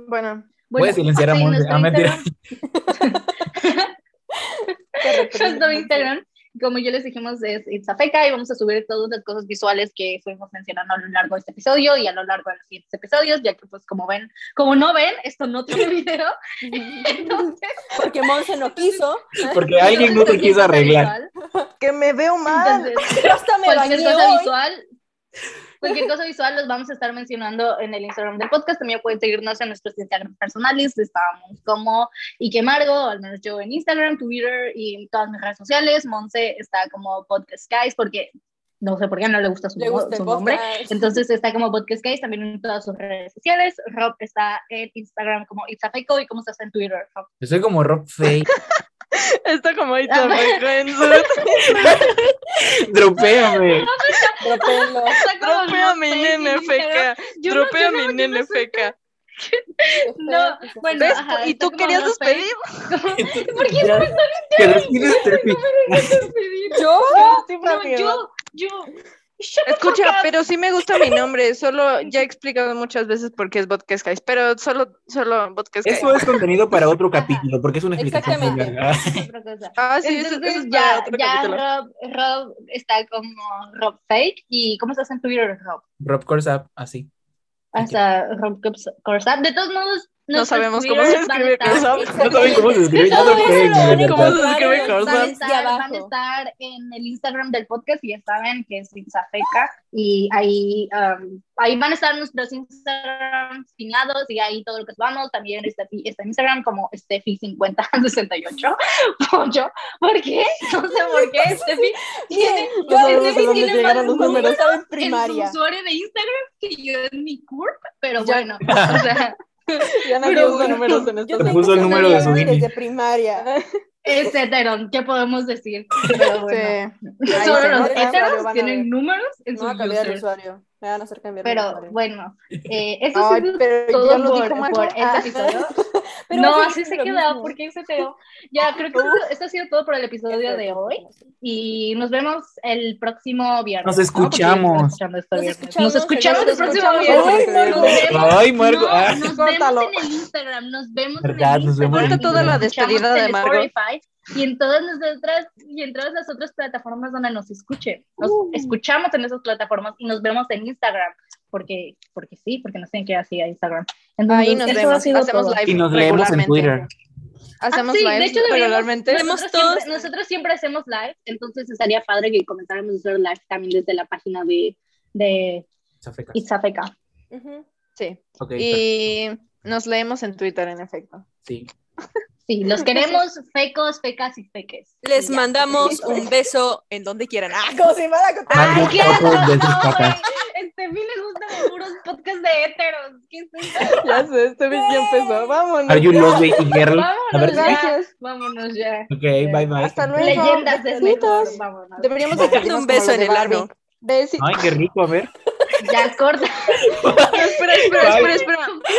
[SPEAKER 1] Bueno.
[SPEAKER 5] Bueno,
[SPEAKER 2] Voy a silenciar a
[SPEAKER 5] ok,
[SPEAKER 2] Monse.
[SPEAKER 5] nuestro
[SPEAKER 2] Ah, mentira.
[SPEAKER 5] Instagram- Nuestro Instagram, como ya les dijimos, es Itzafeca y vamos a subir todas las cosas visuales que fuimos mencionando a lo largo de este episodio y a lo largo de los siguientes episodios, ya que pues como ven, como no ven, esto no tiene video. Entonces,
[SPEAKER 3] Porque Monse no quiso.
[SPEAKER 2] Porque alguien no te
[SPEAKER 5] cualquier
[SPEAKER 2] quiso
[SPEAKER 5] cosa
[SPEAKER 2] arreglar.
[SPEAKER 5] visual,
[SPEAKER 1] Que me veo mal.
[SPEAKER 5] Entonces,
[SPEAKER 3] Yo hasta me
[SPEAKER 5] cualquier
[SPEAKER 3] bañé
[SPEAKER 5] cosa
[SPEAKER 3] hoy.
[SPEAKER 5] visual, cualquier cosa visual los vamos a estar mencionando en el Instagram del podcast. También pueden seguirnos en nuestros Instagram personales. Estamos como Ikemargo, o al menos yo en Instagram, Twitter y en todas mis redes sociales. Monse está como Podcast Guys porque no sé por qué no le gusta su,
[SPEAKER 3] Le gusta el
[SPEAKER 5] su nombre.
[SPEAKER 3] podcast.
[SPEAKER 5] Entonces está como Podcast Guys también en todas sus redes sociales. Rob está en Instagram como Itzafeco y cómo estás en Twitter, Rob.
[SPEAKER 2] Yo soy como Rob Fake.
[SPEAKER 1] Está como ahí
[SPEAKER 5] Ah,
[SPEAKER 1] en su
[SPEAKER 2] Dropeame.
[SPEAKER 3] Tropelo.
[SPEAKER 5] Está como
[SPEAKER 1] Dropea
[SPEAKER 5] Rob
[SPEAKER 1] mi
[SPEAKER 5] Fake en
[SPEAKER 1] nene
[SPEAKER 5] Instagram.
[SPEAKER 1] feca.
[SPEAKER 5] "Ah, Yo no
[SPEAKER 1] Dropea
[SPEAKER 5] sé,
[SPEAKER 1] mi
[SPEAKER 5] no, yo
[SPEAKER 1] nene
[SPEAKER 5] no sé.
[SPEAKER 1] feca.
[SPEAKER 3] este,
[SPEAKER 5] No, bueno,
[SPEAKER 1] ¿Ves?
[SPEAKER 5] ajá,
[SPEAKER 1] y
[SPEAKER 5] está
[SPEAKER 1] tú
[SPEAKER 5] como
[SPEAKER 1] querías
[SPEAKER 5] Rob Fake.
[SPEAKER 1] despedir.
[SPEAKER 5] ¿Por qué
[SPEAKER 2] Ya, Que respires, Tefi.
[SPEAKER 3] Yo,
[SPEAKER 5] ¡Oh! No, yo, yo.
[SPEAKER 1] Escucha, pero sí me gusta mi nombre. Solo ya he explicado muchas veces por qué es Vodka Skies, pero solo, solo Vodka Skies.
[SPEAKER 2] Eso es contenido para otro capítulo, porque es una explicación muy
[SPEAKER 3] Exactamente.
[SPEAKER 2] larga.
[SPEAKER 5] Otra cosa.
[SPEAKER 1] Ah, sí, eso,
[SPEAKER 5] Entonces
[SPEAKER 1] eso es para
[SPEAKER 5] ya,
[SPEAKER 1] otro
[SPEAKER 5] ya
[SPEAKER 1] capítulo.
[SPEAKER 5] Rob, Rob está como Rob Fake. ¿Y cómo estás en Twitter, Rob?
[SPEAKER 2] Rob Corsap, así.
[SPEAKER 5] Hasta Rob Corsat. De todos modos,
[SPEAKER 1] No
[SPEAKER 5] nuestros
[SPEAKER 1] sabemos
[SPEAKER 5] Twitter
[SPEAKER 1] cómo se
[SPEAKER 5] van a
[SPEAKER 1] escribe
[SPEAKER 5] estar-
[SPEAKER 1] Corsap.
[SPEAKER 2] No saben cómo se escribe.
[SPEAKER 3] Todo
[SPEAKER 2] Yo
[SPEAKER 3] eso
[SPEAKER 2] sé,
[SPEAKER 3] lo
[SPEAKER 2] de
[SPEAKER 3] van
[SPEAKER 1] ¿Cómo
[SPEAKER 2] verdad.
[SPEAKER 3] a
[SPEAKER 1] se
[SPEAKER 3] encontrar
[SPEAKER 1] escribe
[SPEAKER 3] en los
[SPEAKER 1] Corsap?
[SPEAKER 5] Van a,
[SPEAKER 3] planes de
[SPEAKER 5] estar, van
[SPEAKER 3] abajo.
[SPEAKER 5] a estar en el Instagram del podcast y ya saben que es Itzafeca y ahí, um, ahí van a estar nuestros Instagram pinados y ahí todo lo que vamos, también está, está en Instagram como Steffi5068 Pollo, ¿por qué? No sé por qué Steffi tiene,
[SPEAKER 3] Yo a
[SPEAKER 5] Steffi
[SPEAKER 3] veces
[SPEAKER 5] tiene
[SPEAKER 3] dónde llegaron los
[SPEAKER 5] más números
[SPEAKER 3] números. Estaba en
[SPEAKER 5] en su
[SPEAKER 3] primaria.
[SPEAKER 5] usuario de Instagram que yo en mi curp, pero
[SPEAKER 3] Ya.
[SPEAKER 5] bueno, o sea,
[SPEAKER 1] Ya no
[SPEAKER 9] Pero
[SPEAKER 1] uso
[SPEAKER 9] bueno,
[SPEAKER 1] números en este
[SPEAKER 2] Te puso el número de su INE.
[SPEAKER 3] Desde primaria.
[SPEAKER 5] Es hetero, ¿qué podemos decir? Pero bueno,
[SPEAKER 3] Ahí se
[SPEAKER 5] solo los
[SPEAKER 3] nota, usuario,
[SPEAKER 5] heteros
[SPEAKER 3] van a ver.
[SPEAKER 5] tienen números en
[SPEAKER 3] No
[SPEAKER 5] sus
[SPEAKER 3] va a cambiar el
[SPEAKER 5] users.
[SPEAKER 3] usuario. Me van a hacer cambiar el
[SPEAKER 5] Pero
[SPEAKER 3] usuario.
[SPEAKER 5] bueno, eh, eso ha
[SPEAKER 3] Ay,
[SPEAKER 5] sido
[SPEAKER 3] pero
[SPEAKER 5] todo
[SPEAKER 3] ya lo
[SPEAKER 5] por,
[SPEAKER 3] dijo Marco.
[SPEAKER 5] por este
[SPEAKER 3] Ah.
[SPEAKER 5] episodio.
[SPEAKER 3] Pero
[SPEAKER 5] no,
[SPEAKER 3] va a
[SPEAKER 5] así
[SPEAKER 3] seguir
[SPEAKER 5] se
[SPEAKER 3] lo
[SPEAKER 5] queda,
[SPEAKER 3] mismo.
[SPEAKER 5] porque es hetero. Ya, creo que esto, esto ha sido todo por el episodio de hoy. Y nos vemos el próximo viernes.
[SPEAKER 2] Nos
[SPEAKER 5] ¿no?
[SPEAKER 2] escuchamos.
[SPEAKER 5] Porque estamos escuchando este
[SPEAKER 3] Nos
[SPEAKER 5] viernes.
[SPEAKER 3] escuchamos,
[SPEAKER 5] Nos escuchamos
[SPEAKER 3] señores,
[SPEAKER 5] el próximo
[SPEAKER 3] nos
[SPEAKER 5] viernes.
[SPEAKER 3] escuchamos. Ay,
[SPEAKER 5] Nos
[SPEAKER 2] Ay, Marco.
[SPEAKER 5] vemos.
[SPEAKER 3] Marco.
[SPEAKER 5] No,
[SPEAKER 2] Ah.
[SPEAKER 5] nos
[SPEAKER 1] Córtalo.
[SPEAKER 5] vemos en el Instagram, nos vemos
[SPEAKER 2] Verdad,
[SPEAKER 5] en el
[SPEAKER 2] nos vemos
[SPEAKER 5] Instagram.
[SPEAKER 2] en
[SPEAKER 5] y
[SPEAKER 2] el
[SPEAKER 5] nos
[SPEAKER 1] Toda la
[SPEAKER 5] escuchamos
[SPEAKER 1] despedida
[SPEAKER 5] en
[SPEAKER 1] de Margot.
[SPEAKER 5] Spotify Y en todas nuestras y en todas las otras plataformas donde nos escuchen. Nos
[SPEAKER 1] Uh.
[SPEAKER 5] escuchamos en esas plataformas y nos vemos en Instagram. Porque, porque sí, porque nos tienen que ir así a Instagram. Entonces,
[SPEAKER 1] Ahí nos
[SPEAKER 5] eso ha
[SPEAKER 1] vemos.
[SPEAKER 5] sido
[SPEAKER 1] Hacemos
[SPEAKER 5] todo.
[SPEAKER 1] live
[SPEAKER 2] Y nos leemos en
[SPEAKER 1] regularmente.
[SPEAKER 2] Twitter.
[SPEAKER 1] Hacemos
[SPEAKER 5] Ah, sí,
[SPEAKER 1] live
[SPEAKER 5] de hecho, deberíamos-
[SPEAKER 1] regularmente.
[SPEAKER 5] Nosotros siempre, nosotros siempre hacemos live, entonces estaría padre que comenzáramos a hacer live también desde la página de, de
[SPEAKER 2] Zafeca.
[SPEAKER 5] Itzafeca.
[SPEAKER 3] Ujú.
[SPEAKER 1] Sí.
[SPEAKER 2] Ok,
[SPEAKER 1] Y nos leemos en Twitter, en efecto.
[SPEAKER 2] sí.
[SPEAKER 5] Sí, los queremos fecos, fecas y feques.
[SPEAKER 10] Les
[SPEAKER 5] Y ya.
[SPEAKER 10] mandamos un beso en donde quieran. ¡Ah!
[SPEAKER 3] Como si fuera a contar.
[SPEAKER 5] ¡Ay,
[SPEAKER 2] Margot,
[SPEAKER 5] qué asco!
[SPEAKER 2] fotos de sus
[SPEAKER 5] no,
[SPEAKER 2] patas.
[SPEAKER 5] güey! Este a mí le gustan puros podcasts de héteros. ¿Qué es eso?
[SPEAKER 1] Ya sé, este video ya empezó. Vámonos.
[SPEAKER 2] Are you lovely y girl? A ver,
[SPEAKER 5] Vámonos ya. Vámonos ya.
[SPEAKER 2] ok, bye bye.
[SPEAKER 1] Hasta luego.
[SPEAKER 5] Leyendas de
[SPEAKER 1] Besitos.
[SPEAKER 5] mejor. Vámonos.
[SPEAKER 1] Deberíamos de
[SPEAKER 10] Darte
[SPEAKER 1] vestirnos
[SPEAKER 10] un beso
[SPEAKER 1] como los
[SPEAKER 10] en
[SPEAKER 1] de
[SPEAKER 10] el
[SPEAKER 1] Barbie.
[SPEAKER 10] ano.
[SPEAKER 1] Besi-
[SPEAKER 2] Ay, qué rico, a ver.
[SPEAKER 5] Ya corta.
[SPEAKER 1] Pero espera, espera, espera, espera.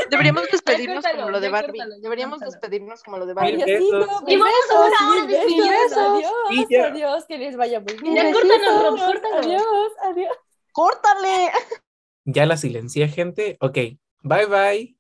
[SPEAKER 1] Deberíamos despedirnos
[SPEAKER 5] córtalo,
[SPEAKER 1] como lo de
[SPEAKER 5] ya
[SPEAKER 1] Barbie.
[SPEAKER 5] córtalo, ya
[SPEAKER 1] Deberíamos
[SPEAKER 5] córtalo.
[SPEAKER 1] despedirnos como lo de
[SPEAKER 3] Ay,
[SPEAKER 1] Barbie.
[SPEAKER 2] Mira.
[SPEAKER 3] Diosito,
[SPEAKER 2] Besos.
[SPEAKER 5] Y vamos a
[SPEAKER 3] besos,
[SPEAKER 5] una hora de
[SPEAKER 3] eh, besos,
[SPEAKER 5] besos.
[SPEAKER 3] Adiós,
[SPEAKER 2] Sí, ya.
[SPEAKER 3] adiós, que les vaya muy bien.
[SPEAKER 5] Ya córtanos, Rob, córtanos.
[SPEAKER 3] Adiós, adiós.
[SPEAKER 1] ¡Córtale!
[SPEAKER 2] Ya la silencié, gente. Ok, bye bye.